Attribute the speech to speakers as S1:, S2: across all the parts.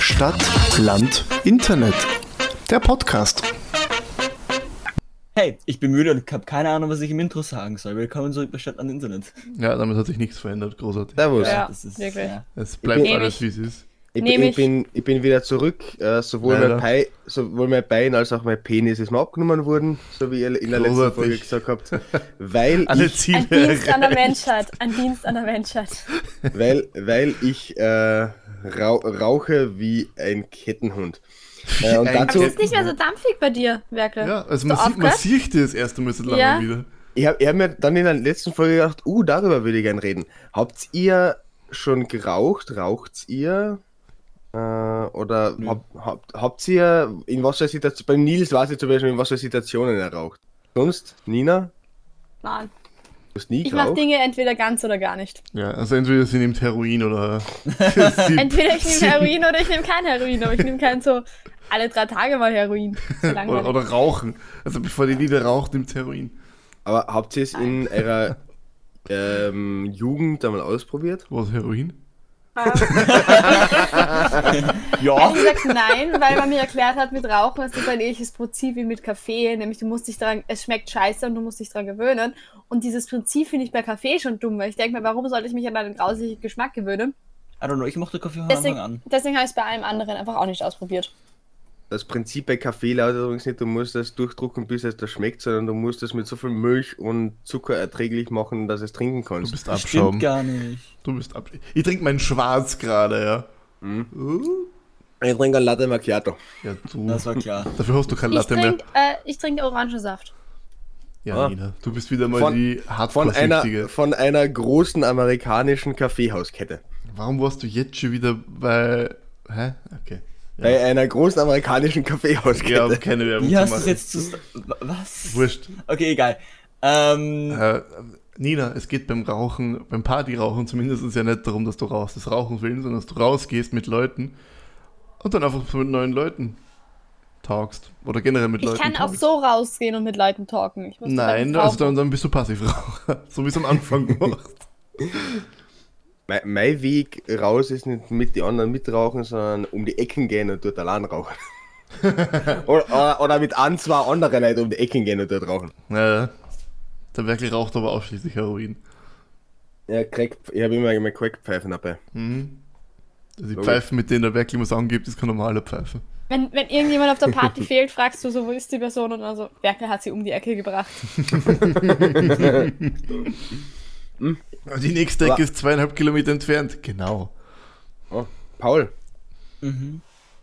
S1: Stadt, Land, Internet. Der Podcast.
S2: Hey, ich bin müde und habe keine Ahnung, was ich im Intro sagen soll. Willkommen zurück bei Stadt an Internet.
S3: Ja, damit hat sich nichts verändert, großartig.
S4: Servus.
S5: Ja,
S2: das ist
S5: wirklich.
S2: Ja.
S3: Es bleibt
S4: bin-
S3: alles, wie es ist.
S4: Ich, bin,
S5: Nehm
S4: ich,
S5: ich.
S4: bin, ich bin wieder zurück. Äh, sowohl,
S3: Leider.
S4: mein Pei, sowohl mein Bein als auch mein Penis ist mir abgenommen worden, so wie ihr in der letzten Folge
S3: Großartig.
S4: gesagt habt. Weil
S3: Alle
S4: ich,
S3: Ziele
S5: Ein Dienst an der
S3: erreicht.
S5: Menschheit. Ein Dienst an der Menschheit.
S4: weil, weil ich äh, rau rauche wie ein Kettenhund. Äh, und
S3: Ein
S4: dazu,
S5: Aber Also, es ist nicht mehr so dampfig bei dir, Werke.
S3: Ja, also
S5: Hast du
S3: man sieht, man
S5: aufgehört?
S3: sieht dir das erste Mal seit langem
S5: äh, Ja.
S3: wieder.
S4: ich habe hab mir dann in der letzten Folge gedacht, uh, darüber würde ich gerne reden. Habt ihr schon geraucht? Raucht ihr? Äh, oder hab, habt, habt ihr in was für Situationen, beim Nils weiß ich zum Beispiel, in was für Situationen er raucht. Sonst, Nina?
S5: Nein.
S4: Du hast nie
S5: Ich mache
S4: geraucht?
S5: Dinge entweder ganz oder gar nicht.
S3: Ja, also entweder sie nimmt Heroin oder.
S5: Entweder ich
S3: Sie-
S5: nehme Heroin oder ich nehme kein Heroin. Aber ich nehme kein so alle drei Tage mal Heroin. So
S3: Oder,
S5: langweilig.
S3: oder rauchen. Also bevor die Lieder raucht, nimmt Heroin.
S4: Aber habt ihr es in eurer ähm, Jugend einmal ausprobiert?
S3: Was Heroin?
S2: ja.
S5: Ehrlich gesagt nein, weil man mir erklärt hat, mit Rauchen ist das ein ähnliches Prinzip wie mit Kaffee, nämlich du musst dich dran, es schmeckt scheiße und du musst dich dran gewöhnen. Und dieses Prinzip finde ich bei Kaffee schon dumm, weil ich denke mir, warum sollte ich mich an einen grausigen Geschmack gewöhnen?
S2: I don't know, ich mochte Kaffee von Anfang
S5: Deswegen,
S2: an.
S5: deswegen habe ich es bei allem anderen einfach auch nicht ausprobiert.
S4: Das Prinzip bei Kaffee lautet übrigens nicht, du musst das durchdrucken, bis es da schmeckt, sondern du musst es mit so viel Milch und Zucker erträglich machen, dass es trinken
S3: Du
S4: kannst.
S3: bist
S2: Stimmt
S3: abschaum.
S2: gar nicht.
S3: Du bist abschaum. Ich trinke meinen Schwarz gerade, ja. Uh.
S4: Ich trinke ein Latte Macchiato.
S3: Ja, du.
S2: Mhm. Das war klar.
S3: Dafür hast du keine
S5: Ich
S3: Latte mehr.
S5: trinke äh, ich trinke Orangensaft.
S3: Ja,
S4: Ah.
S3: Nina. Du bist wieder mal
S4: Von-
S3: die
S4: Von einer,
S3: Hardcore-Süchtige.
S4: von einer großen amerikanischen Kaffeehauskette.
S3: Warum warst du jetzt schon wieder bei. Hä? Okay.
S4: Bei einer großen amerikanischen Kaffeehauskette.
S3: Ja, um keine Werbung
S2: Wie
S3: zu
S2: hast du
S3: machen.
S2: es jetzt zu. Was?
S3: Wurscht.
S2: Okay, egal. Ähm,
S3: Äh, Nina, es geht beim Rauchen, beim Partyrauchen zumindest ja nicht darum, dass du rauchst, das Rauchen willst, sondern dass du rausgehst mit Leuten und dann einfach mit neuen Leuten talkst. Oder generell mit
S5: Ich
S3: Leuten.
S5: kann auch
S3: talkst.
S5: so rausgehen und mit Leuten talken. Ich muss
S3: Nein,
S5: Leuten
S3: also
S5: rauchen.
S3: dann, dann bist du Passivraucher, so wie es am Anfang gemacht.
S4: Mein, mein Weg raus ist nicht mit den anderen mitrauchen, sondern um die Ecken gehen und dort allein rauchen. oder, oder, oder mit ein, zwei anderen Leuten um die Ecken gehen und dort rauchen.
S3: Naja, der Werkel raucht aber ausschließlich Heroin.
S4: Ja, Crack, ich habe immer meine Crackpfeifen dabei.
S3: Also die
S4: Logisch.
S3: Pfeifen, mit denen der Werkel immer angibt, ist keine normale Pfeife.
S5: Wenn, wenn irgendjemand auf der Party fehlt, fragst du so, wo ist die Person? Und also, Werke hat sie um die Ecke gebracht.
S3: Die nächste
S4: Aber-
S3: Ecke ist zweieinhalb Kilometer entfernt. Genau.
S4: Oh, Paul,
S2: mhm.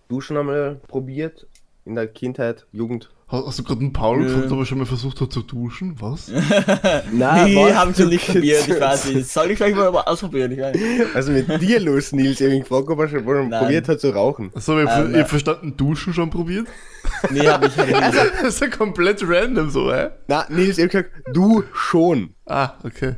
S4: du schon einmal probiert in der Kindheit, Jugend?
S3: Hast, hast du gerade einen Paul
S2: Nö.
S3: gefragt, ob er schon mal versucht hat zu duschen? Was? Ah,
S4: Nein,
S2: nee, haben sie nicht probiert, ich weiß nicht. Soll ich vielleicht mal ausprobieren? Ich weiß. nicht.
S4: Also mit dir los, Nils. Ich habe ihn gefragt, ob er schon mal
S2: Nein.
S4: probiert hat zu rauchen.
S3: Achso, ihr
S2: Ähm,
S3: habt
S2: äh,
S3: verstanden, Duschen schon probiert?
S2: Nee, hab ich, hab ich nicht.
S3: Das ist ja komplett random so, hä?
S4: Na, Nils, ich habe gesagt, du schon.
S3: Ah, okay.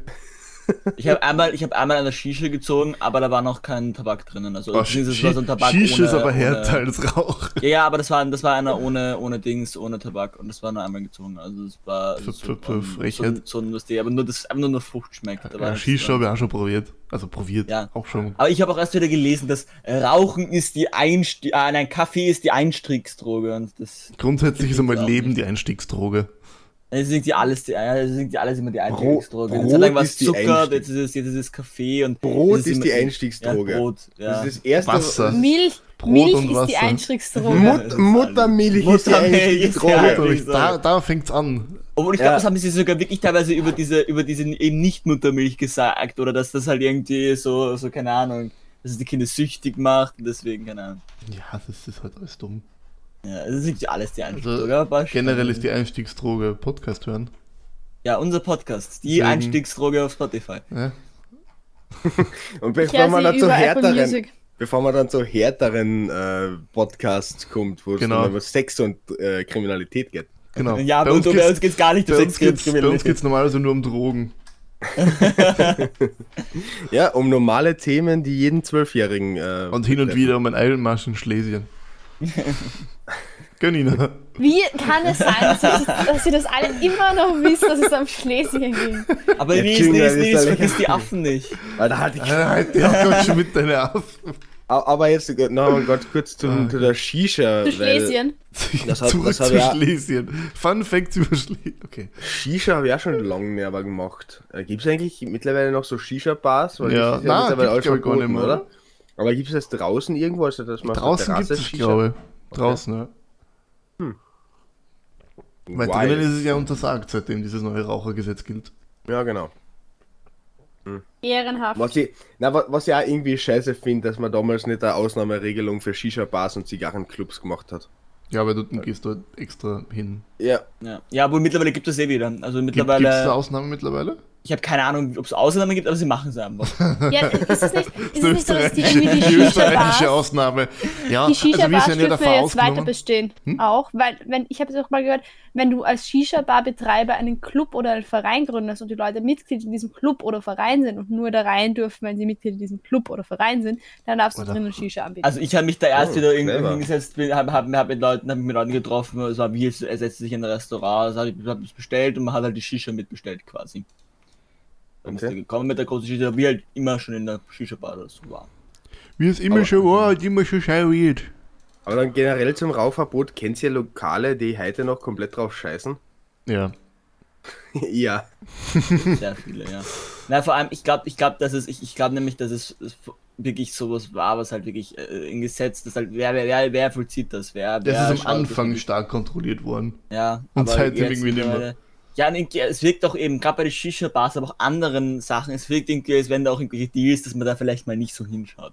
S2: Ich habe einmal, ich hab einmal eine Shisha gezogen, aber da war noch kein Tabak drinnen. Also,
S3: Oh,
S2: beziehungsweise es
S3: Shi-
S2: war so ein Tabak
S3: Shisha
S2: ohne,
S3: ist aber härter
S2: ohne,
S3: als Rauch.
S2: Ja, ja, aber das war, das war einer ohne, ohne Dings, ohne Tabak und das war nur einmal gezogen. Also das war
S3: Pf,
S2: so,
S3: pf, pf,
S2: ähm, so, ein-
S3: Frechheit.
S2: so ein Lustig, aber nur das, einfach nur eine Frucht schmeckt. Da war
S3: Ja,
S2: nichts
S3: Shisha
S2: dran.
S3: habe ich auch schon probiert. Also probiert.
S2: Ja.
S3: Auch schon.
S2: Aber ich habe auch erst wieder gelesen, dass Rauchen ist die Einst ah, nein, Kaffee ist die Einstiegsdroge und das
S3: Grundsätzlich ist einmal
S2: auch
S3: Leben
S2: nicht.
S3: die Einstiegsdroge.
S2: also sind die alles, die, also sind die alles immer die Einstiegsdroge.
S4: Brot
S2: Eine Zeit lang war es
S4: ist die
S2: Zucker,
S4: Einstieg-
S2: jetzt ist es, jetzt ist es Kaffee und
S4: Brot
S2: jetzt
S4: ist
S2: immer-
S4: die Einstiegsdroge.
S2: Ja, Brot, ja.
S4: Das ist das erste.
S2: Also,
S3: Wasser.
S5: Milch,
S3: Brot
S5: Milch
S3: und
S5: ist die
S3: Wasser.
S5: Einstiegsdroge.
S2: Mut-
S4: Mut
S2: das ist
S4: Muttermilch
S2: alles.
S4: ist
S2: Muttermilch ist
S4: die
S2: die
S4: Einstiegsdroge.
S2: Einstiegsdroge.
S3: Natürlich,
S2: ich
S3: da,
S2: sag-
S3: da fängt's an.
S2: Obwohl ich glaube,
S4: Ja.
S2: das haben sie sogar wirklich teilweise über diese, über diese eben nicht Muttermilch gesagt oder dass das halt irgendwie so, so keine Ahnung, dass es die Kinder süchtig macht und deswegen, keine Ahnung.
S3: Ja, das ist halt alles dumm.
S2: Ja, das ist nicht alles die Einstiegsdroge.
S3: Also,
S2: aber ein paar
S3: generell
S2: Stunden.
S3: ist die Einstiegsdroge Podcast hören.
S2: Ja, unser Podcast, die
S3: Deswegen-
S2: Einstiegsdroge auf Spotify.
S3: Ja?
S4: Und
S5: Ich
S4: bevor
S5: höre
S4: man
S5: sie
S4: dann zu
S5: über Apple
S4: härteren,
S5: Music.
S4: bevor man dann zu härteren äh, Podcasts kommt, wo
S3: Genau.
S4: es dann über Sex und äh, Kriminalität geht.
S3: Genau.
S2: Ja, aber bei uns geht's gar nicht um
S3: bei
S2: Sex,
S3: uns geht's,
S2: geht's-
S3: bei uns geht's normalerweise nur um Drogen.
S4: Ja, um normale Themen, die jeden Zwölfjährigen. Äh,
S3: Und hin und
S4: betreffen.
S3: wieder um einen Eilenmarsch in Schlesien. Gönn ihn.
S5: Wie kann es sein, dass, ich, dass sie das alle immer noch wissen, dass es am Schlesien ging?
S2: Aber
S4: Ja,
S2: Nils,
S4: Jingle
S2: Nils,
S4: ist
S2: Nils,
S3: halt-
S4: da
S2: vergiss die Affen nicht.
S4: Weil da hatte ich
S3: Alter, halt die auch schon mit deiner Affen.
S4: A- Aber jetzt äh, noch mal ganz kurz
S3: Ah.
S4: zum, zu der Shisha.
S5: Zu
S4: weil
S5: Schlesien?
S4: Das hat-
S3: Zurück
S4: das hat
S3: zu
S4: ja-
S3: Schlesien. Fun Facts über Schlesien. Okay.
S4: Shisha habe ich auch schon lange nicht mehr gemacht. Gibt es eigentlich mittlerweile noch so Shisha-Bars? Weil
S3: Ja,
S4: das ist
S3: na,
S4: mittlerweile
S3: gibt's,
S4: alles
S3: glaub ich, gar
S4: verboten,
S3: nicht mehr,
S4: oder? Aber gibt es das draußen irgendwo? Also, dass man auf der
S3: Draußen gibt
S4: Terrasse
S3: es,
S4: Shisha-
S3: glaube ich. Draußen, ja. Weil
S4: Wild.
S3: drinnen ist es ja untersagt, seitdem dieses neue Rauchergesetz gilt.
S4: Ja, genau.
S5: Ehrenhaft.
S4: Was ich, na, wa- was ich auch irgendwie scheiße finde, dass man damals nicht eine Ausnahmeregelung für Shisha-Bars und Zigarrenclubs gemacht hat.
S3: Ja, aber du gehst dort extra hin.
S4: Ja,
S2: Ja, ja aber mittlerweile gibt es eh wieder. Also
S3: Gibt es
S2: mittlerweile,
S3: eine Ausnahme mittlerweile?
S2: ich habe keine Ahnung, ob es Ausnahmen gibt, aber sie machen es einfach.
S5: Ja, ist es nicht, ist es nicht so, dass die
S3: österreichische-
S5: irgendwie die
S3: die österreichische
S5: Shisha-Bars
S3: Ausnahme. Ja,
S5: die
S3: also wir
S5: Shisha-Bars
S3: sind ja
S5: dürfen
S3: davon
S5: ja jetzt weiter
S3: ausgenommen. Hm?
S5: bestehen. Auch, weil, wenn, ich habe es auch mal gehört, wenn du als Shisha-Bar-Betreiber einen Club oder einen Verein gründest und die Leute Mitglied in diesem Club oder Verein sind und nur da rein dürfen, wenn sie Mitglied in diesem Club oder Verein sind, dann darfst du
S3: Oder-
S5: drinnen Shisha anbieten.
S2: Also ich habe mich da erst
S4: Oh,
S2: wieder irgendwie
S4: clever.
S2: hingesetzt, bin- hab, hab, hab mit Leuten, hab mit Leuten getroffen, es war wie, es er setzte sich in ein Restaurant, es hat hab es bestellt und man hat halt die Shisha mitbestellt quasi. Dann ist
S4: Okay.
S2: er gekommen mit der großen Shisha, wie halt immer schon in der Shisha-Bar oder so war.
S3: Wie es immer
S4: Aber-
S3: schon war, und immer schon schau wird.
S4: aber dann generell zum Rauchverbot, kennt ihr Lokale, die heute noch komplett drauf scheißen?
S3: Ja.
S4: ja.
S2: Sehr viele, ja. Na, vor allem, ich glaube, ich glaube, dass es, ich, ich glaube nämlich, dass es es wirklich sowas war, was halt wirklich äh, im Gesetz, das halt, wer, wer, wer, wer vollzieht das? Wer, wer
S3: Das ist am
S2: schaut, dass
S3: Anfang
S2: wirklich-
S3: stark kontrolliert worden.
S2: Ja,
S3: Und
S2: aber
S3: seitdem
S2: jetzt
S3: irgendwie nicht mehr.
S2: mittlerweile- Ja, und irgendwie, es wirkt auch eben, gerade bei den Shisha-Bars, aber auch anderen Sachen, es wirkt irgendwie, als wenn da auch irgendwelche Deals, dass man da vielleicht mal nicht so hinschaut.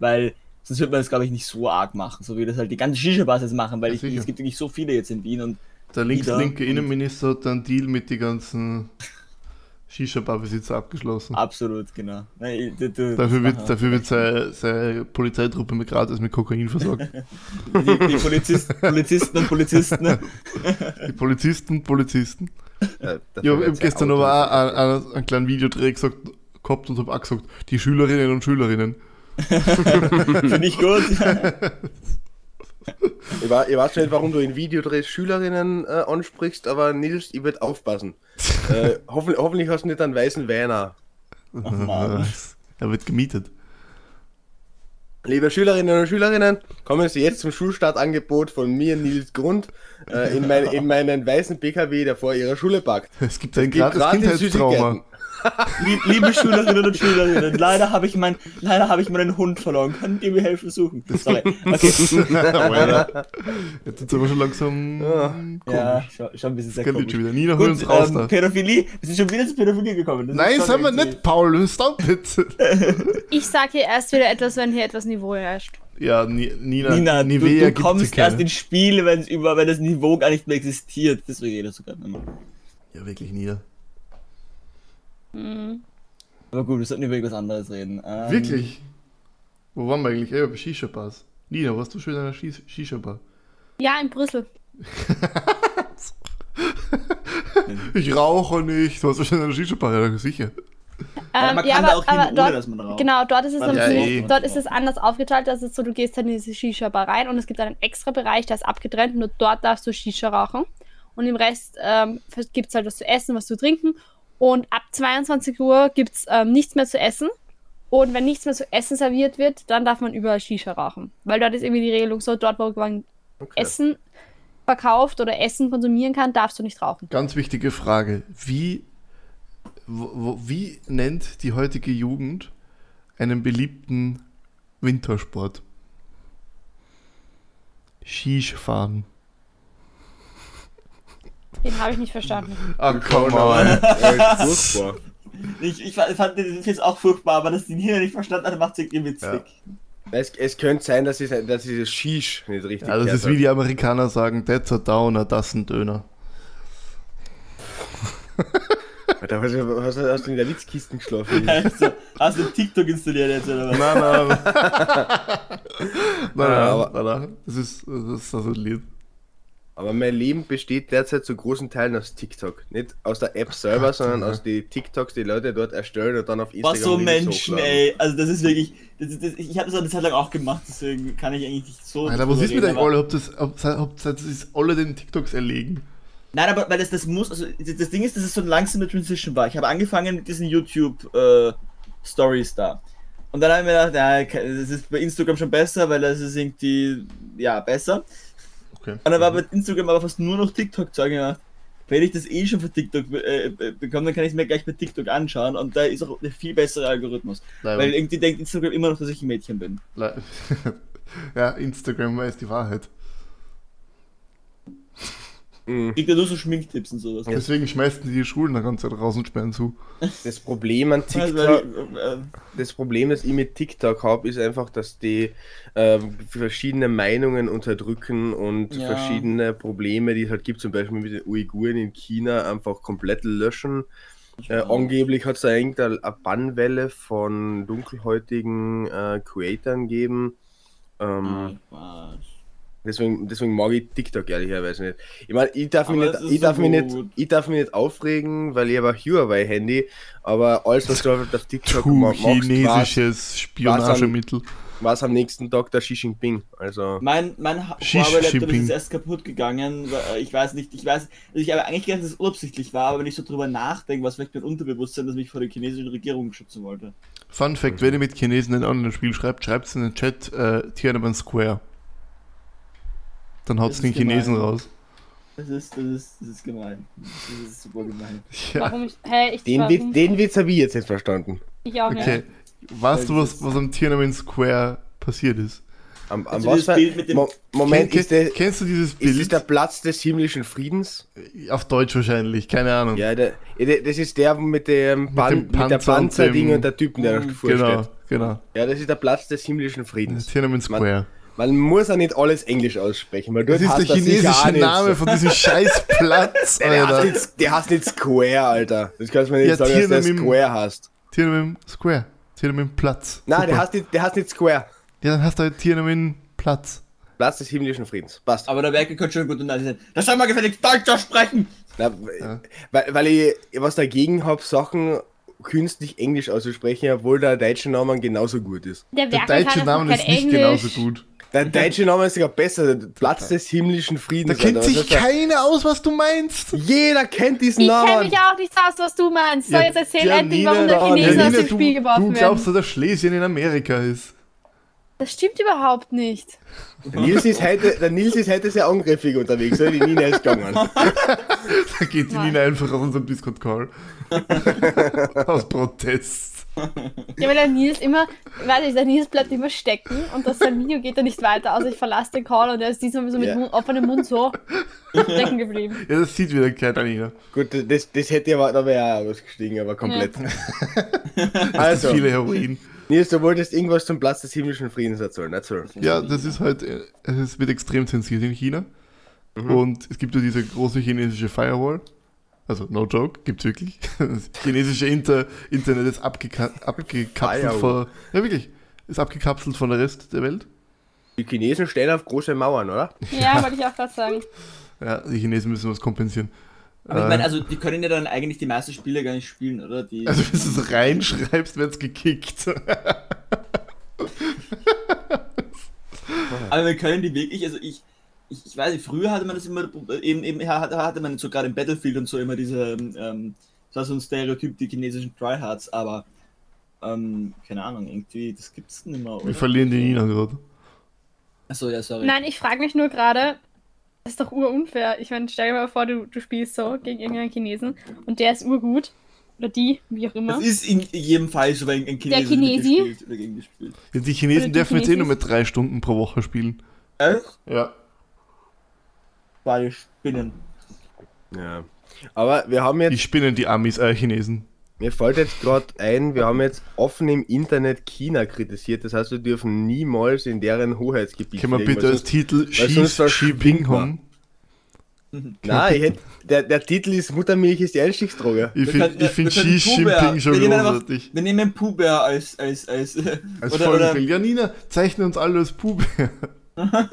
S2: Weil sonst wird man das, glaube ich, nicht so arg machen, so wie das halt die ganzen Shisha-Bars jetzt machen, weil
S3: Ja,
S2: ich,
S3: sicher.
S2: es gibt wirklich so viele jetzt in Wien und
S3: Der links,
S2: Wieder.
S3: linke Innenminister hat dann einen Deal mit den ganzen Shisha-Bar-Besitzer abgeschlossen.
S2: absolut, genau. Nein, du- du-
S3: Dafür
S2: Aha.
S3: wird, dafür wird seine, seine Polizeitruppe mit gratis mit Kokain versorgt.
S2: Die, die Polizisten, Polizisten und Polizisten.
S3: Die Polizisten, Polizisten.
S4: Äh,
S3: Ja,
S4: dafür
S3: ich habe
S4: wird's ja
S3: gestern
S4: Auto-
S3: aber auch einen, einen, einen kleinen Videodreh gesagt, gehabt und habe auch gesagt, die Schülerinnen und Schülerinnen.
S2: Finde ich gut.
S4: Ich, wa- ich weiß nicht, warum du in Videodrehs Schülerinnen äh, ansprichst, aber Nils, ich würde aufpassen. äh, hoffentlich, hoffentlich hast du nicht einen weißen Werner.
S2: Mann.
S3: er wird gemietet.
S4: Liebe Schülerinnen und Schülerinnen, kommen Sie jetzt zum Schulstartangebot von mir, Nils Grund, äh, in, mein, in meinen weißen PKW, der vor Ihrer Schule parkt.
S3: Es gibt ein
S4: gibt
S3: gratis
S4: gratis
S3: Kindheitstrauma.
S4: Süßigkeiten.
S2: Lieb, liebe Schülerinnen und Schüler, leider habe ich, mein, leider habe ich meinen Hund verloren. Könnt ihr mir helfen suchen? Sorry. Okay.
S3: Alter. Jetzt sind aber schon langsam.
S2: Ja, schon, schon ein bisschen sehr
S3: Kann ich
S2: komisch.
S3: schon wieder. Nina,
S2: Gut,
S3: hol uns raus
S2: ähm,
S3: da.
S2: Pädophilie. Wir sind schon wieder zu Pädophilie gekommen. Das ist
S3: Nein,
S2: schon
S3: sind wir
S2: irgendwie-
S3: nicht, Paul. Stop it.
S5: ich sage hier erst wieder etwas, wenn hier etwas Niveau herrscht.
S3: Ja, Ni- Nina,
S2: Nina, du, du
S3: Nivea gibt's ja
S2: kommst
S3: keine.
S2: erst ins Spiel, wenn es über, wenn das Niveau gar nicht mehr existiert. Deswegen redest du gerade immer.
S3: Ja, wirklich, Nina.
S2: Aber gut, wir sollten über irgendwas anderes reden. Ähm,
S3: Wirklich? Wo waren wir eigentlich? Ja, bei Shisha-Bars. Nina, warst du schon in einer Shis- Shisha-Bar?
S5: Ja, in Brüssel.
S3: Ich rauche nicht. Du warst schon in einer Shisha-Bar, ja, sicher.
S2: Ja,
S5: Ähm,
S2: man kann da auch hin, ohne
S5: dort,
S2: dass man raucht.
S5: Genau, dort ist es,
S2: Ja,
S5: am-
S3: eh.
S5: dort ist es anders aufgeteilt, dass es so, du gehst halt in diese Shisha-Bar rein und es gibt einen extra Bereich, der ist abgetrennt, nur dort darfst du Shisha rauchen. Und im Rest ähm, gibt es halt was zu essen, was zu trinken. Und ab 22 Uhr gibt es ähm, nichts mehr zu essen. Und wenn nichts mehr zu essen serviert wird, dann darf man überall Shisha rauchen. Weil dort ist irgendwie die Regelung so, dort wo man Essen verkauft oder Essen konsumieren kann, darfst du nicht rauchen.
S3: Ganz wichtige Frage. Wie, wo, wo- wie nennt die heutige Jugend einen beliebten Wintersport? Skifahren.
S5: Den habe ich nicht verstanden.
S3: Ah, come on.
S4: Äh, furchtbar.
S2: Ich, ich fa- fand das jetzt auch furchtbar, aber dass die Nina nicht verstanden hat, macht sie irgendwie witzig.
S4: es, es könnte sein, dass ich dass ich das Shish nicht richtig
S3: Ja, das
S4: gehört
S3: ist wie
S4: habe.
S3: die Amerikaner sagen, that's a downer, das ein Döner.
S4: Alter, was, was hast du in der Witzkiste geschlafen?
S2: Also, hast du TikTok installiert jetzt oder was?
S3: Nein, nein. nein, nein,
S4: aber-
S3: nein, nein. Das ist das, ist das ein Lied.
S4: Aber mein Leben besteht derzeit zu großen Teilen aus TikTok. Nicht aus der App selber, sondern aus den TikToks, die Leute dort erstellen und dann auf Instagram.
S2: Was so
S4: Reels
S2: Menschen,
S4: hochladen.
S2: ey. Also das ist wirklich. Das, das, ich habe das eine Zeit lang auch gemacht, deswegen kann ich eigentlich nicht so.
S3: Alter, was
S2: drüber
S3: ist mit
S2: reden,
S3: euch
S2: aber-
S3: alle? Ob das, ob, ob das ist alle den TikToks erlegen?
S2: Nein, aber weil das, das muss, also das das Ding ist, dass es so eine langsame Transition war. Ich habe angefangen mit diesen YouTube-Stories da. Und dann habe ich mir gedacht, ja, ke- das ist bei Instagram schon besser, weil das ist irgendwie, ja, besser.
S3: Okay.
S2: Und dann war bei Instagram aber fast nur noch TikTok-Zeug gemacht. Wenn ich das eh schon von TikTok äh, äh, bekomme, dann kann ich es mir gleich bei TikTok anschauen und da ist auch ein viel besserer Algorithmus. Weil irgendwie denkt Instagram immer noch, dass ich ein Mädchen bin.
S3: Le- ja, Instagram weiß die Wahrheit.
S4: Mhm.
S2: Kriegt ja nur so Schminktipps und sowas.
S3: Deswegen schmeißen die die Schulen die ganze Zeit raus und sperren zu.
S4: Das Problem an TikTok.
S2: Also, weil, äh, äh,
S4: das Problem, das ich mit TikTok habe, ist einfach, dass die ähm, verschiedene Meinungen unterdrücken und
S2: Ja.
S4: verschiedene Probleme, die es halt gibt, zum Beispiel mit den Uiguren in China, einfach komplett löschen. Äh, angeblich hat es da irgendeine eine Bannwelle von dunkelhäutigen äh, Creatern gegeben.
S2: Ah.
S4: Ähm,
S2: Quatsch.
S4: deswegen, deswegen mag ich TikTok ehrlicherweise nicht. Ich meine, ich darf, mich
S2: Aber
S4: nicht,
S2: es ist
S4: ich,
S2: so
S4: darf mich nicht,
S2: gut.
S4: ich darf mich nicht aufregen, weil ich habe ein Huawei-Handy, aber alles, was du halt auf TikTok
S3: True
S4: ma- machst, quasi-
S3: chinesisches Spionagemittel.
S4: war es am nächsten Tag der Xi Jinping. Also,
S2: Mein, mein Ha-
S3: Xi
S2: Huawei-Laptop
S3: Jinping.
S2: ist erst kaputt gegangen. weil, äh, Ich weiß nicht, ich weiß, also ich habe eigentlich gedacht, dass es unabsichtlich war, aber wenn ich so drüber nachdenke, was vielleicht mein Unterbewusstsein, dass mich vor der chinesischen Regierung schützen wollte.
S3: Fun Fact: Wenn ihr mit Chinesen ein Online-Spiel schreibt, schreibt es in den Chat äh, Tiananmen Square. Dann haut es
S2: Das
S3: den
S2: ist gemein.
S3: Chinesen raus.
S2: Das ist, das ist, das ist gemein. Das ist super gemein.
S3: Ja,
S5: Warum ich. Hä, ich.
S4: den,
S5: warum,
S4: Witz, den Witz habe ich jetzt nicht verstanden.
S5: ich auch
S3: okay.
S5: nicht.
S3: Weißt du, was, was am Tiananmen Square passiert ist?
S4: Am, am
S2: Also
S4: was
S2: dieses
S4: für-
S2: Bild mit dem-
S4: Mo Moment,
S3: Ken-
S4: ist, der, ist
S3: kennst du dieses
S4: das
S3: Bild?
S4: der Platz des himmlischen Friedens?
S3: Auf Deutsch wahrscheinlich, keine Ahnung.
S4: Ja, der, ja, der, das ist der mit dem,
S3: dem
S4: Pan mit der
S3: Panzer und
S4: Panzerding
S3: dem-
S4: und, der Typen, der da
S3: genau,
S4: vorsteht.
S3: genau.
S4: Ja, das ist der Platz des himmlischen
S3: Das
S4: Friedens.
S3: Tiananmen Square.
S4: Man muss ja nicht alles Englisch aussprechen, weil
S3: Das
S4: dort
S3: ist der
S4: hast das
S3: chinesische
S4: gar nichts.
S3: Name von diesem scheiß Platz,
S4: Der heißt,
S3: Alter.
S4: nicht, der heißt nicht Square, Alter. Das kannst du mir nicht
S3: Ja,
S4: sagen, dass der
S3: Tiananmen-
S4: Square heißt.
S3: Tiananmen Square. Tiananmen Platz.
S4: Nein, der
S3: Super.
S4: heißt, nicht, der heißt nicht Square.
S3: Ja, dann hast du halt Tiananmen Platz.
S4: Platz des himmlischen Friedens. Passt.
S2: Aber der Werke könnte schon gut und leise sein. Das soll mal gefälligst Deutscher sprechen!
S4: Na,
S3: Ja.
S4: weil, weil ich was dagegen habe, Sachen künstlich Englisch auszusprechen, obwohl der deutsche Name genauso gut ist.
S5: Der
S3: Der
S5: Werker kann
S3: deutsche
S5: einfach
S3: Name
S5: kein
S3: ist nicht
S5: Englisch.
S3: genauso gut.
S4: Der deutsche Name ist sogar besser. der Platz des himmlischen
S3: Da
S4: Friedens.
S3: kennt
S4: Alter, was
S3: sich
S4: heißt das?
S3: keiner aus, was du meinst.
S4: Jeder kennt diesen
S5: Ich kenne
S4: Namen.
S5: mich auch nicht aus, was du meinst. So,
S3: Ja,
S5: jetzt erzähl
S4: Janina,
S5: endlich, warum der
S4: Janina,
S5: Chinesen aus
S4: Janina,
S5: dem
S3: du,
S5: Spiel geworfen
S3: du
S5: wird.
S3: glaubst, dass das Schlesien in Amerika ist.
S5: Das stimmt überhaupt nicht.
S4: Der Nils ist heute, der Nils ist heute sehr angriffig unterwegs. Oder? Die Nina ist gegangen.
S3: Da geht die
S5: Nein.
S3: Nina einfach aus unserem Discord-Call. aus Protest.
S5: Ja, weil der Nils immer, weiß ich, der Nils bleibt immer stecken und das sein Video geht dann nicht weiter, außer ich verlasse den Call und er ist diesmal so mit
S4: Ja.
S5: Mund- offenem Mund so stecken geblieben.
S3: Ja, das sieht wieder keiner, Nina.
S4: Gut, das, das hätte ich aber, da wäre ja ausgestiegen, aber komplett.
S3: Also.
S4: also,
S3: Viele Heroin.
S4: Nils, du wolltest irgendwas zum Platz des himmlischen Friedens erzählen. Erzähl.
S3: Ja, das ist halt, äh, es wird extrem zensiert in China. Und es gibt ja diese große chinesische Firewall. Also, no joke, gibt's wirklich. Das chinesische Inter Internet ist abgeka abgekapselt
S4: Firewall.
S3: von. Ja, wirklich. Ist abgekapselt von der Rest der Welt.
S4: Die Chinesen stellen auf große Mauern, oder?
S5: Ja, wollte ich auch gerade sagen.
S3: Ja, die Chinesen müssen was kompensieren.
S2: Aber ich
S3: Äh.
S2: meine, also die können ja dann eigentlich die meisten Spiele gar nicht spielen, oder? Die,
S3: Also, wenn du es reinschreibst, wird's gekickt.
S2: Aber wir können die wirklich, also ich, ich, ich weiß nicht, früher hatte man das immer, eben, eben hatte hatte man so gerade im Battlefield und so immer diese, ähm, das war so ein Stereotyp, die chinesischen Tryhards, aber ähm, keine Ahnung, irgendwie, das gibt's nicht mehr,
S3: Wir
S2: oder?
S3: verlieren die Nina gerade.
S2: Achso, ja, sorry.
S5: Nein, ich frage mich nur gerade, das ist doch urunfair. Ich meine, stell dir mal vor, du, du spielst so gegen irgendeinen Chinesen und der ist urgut. Oder die, wie auch immer.
S2: Das ist in jedem Fall so, wenn ein Chinesen
S5: ne? Chinesi?
S2: gespielt oder gegen gespielt.
S3: Ja, die
S5: Oder die
S3: Chinesen dürfen jetzt eh nur
S5: Chinesen?
S3: mit drei Stunden pro Woche spielen.
S2: Echt?
S3: Ja.
S2: Weil die Spinnen.
S4: Ja. Aber wir haben jetzt
S3: Die spinnen die Amis, äh, Chinesen.
S4: Mir fällt jetzt gerade ein, wir haben jetzt offen im Internet China kritisiert. Das heißt, wir dürfen niemals in deren Hoheitsgebiet
S3: Können wir
S4: fliegen,
S3: bitte
S4: weil
S3: als
S4: sonst-
S3: Titel
S4: sonst
S3: Xi, Xi
S4: verschwindet
S3: Jinping
S4: man.
S3: haben?
S4: Nein, ich hätte, der, der Titel ist Muttermilch ist die Einstiegsdroge.
S2: Wir
S3: Ich finde
S2: könnten-
S3: ich find
S2: wir
S3: Xi
S2: könnten Puber-
S3: Jinping schon
S2: wir nehmen einfach-
S3: großartig.
S2: Wir nehmen Puber als, als, als,
S3: Als
S2: oder, oder
S3: Folgenbild. Ja, Nina, zeichne uns alle als Pube. Das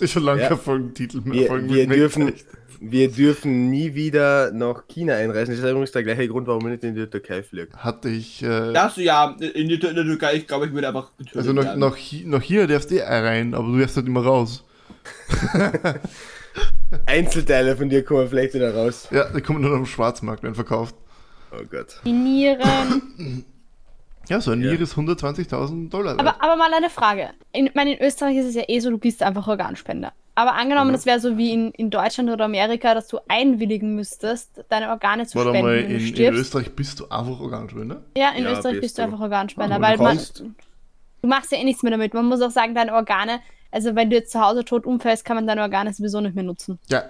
S3: ist schon lange
S4: Ja.
S3: kein Folgentitel mehr.
S4: Wir, wir,
S3: Folgennamen mehr
S4: dürfen,
S3: gekriegt.
S4: wir dürfen nie wieder nach China einreisen. Das ist übrigens der gleiche Grund, warum wir nicht in die Türkei fliegen.
S3: Hatte ich. Äh,
S2: Das, ja, in die, in die Türkei, ich glaube, ich würde einfach getötet
S3: also noch,
S2: werden.
S3: noch, hi- noch hier darfst du eh rein, aber du darfst halt immer raus.
S4: Einzelteile von dir kommen vielleicht wieder raus.
S3: Ja, die kommen nur noch am Schwarzmarkt, werden verkauft.
S4: Oh Gott.
S5: Die Nieren.
S3: Ja, so ein
S4: Ja.
S3: Nier ist 120.000 Dollar. wert.
S5: Aber, aber mal eine Frage. In, ich meine, in Österreich ist es ja eh so, du bist einfach Organspender. Aber angenommen, das wäre so wie in, in Deutschland oder Amerika, dass du einwilligen müsstest, deine Organe zu
S3: Warte
S5: spenden,
S3: mal,
S5: wenn du
S3: in, in
S5: stirbst.
S3: Österreich bist du einfach ne? Organspender.
S5: ja, in
S4: Ja,
S5: Österreich
S4: bist
S5: bist du
S4: du.
S5: einfach Organspender,
S4: Aber
S5: weil
S4: du
S5: man,
S4: kannst-
S5: du machst ja eh nichts mehr damit. Man muss auch sagen, deine Organe, also wenn du jetzt zu Hause tot umfällst, kann man deine Organe sowieso nicht mehr nutzen.
S3: Ja,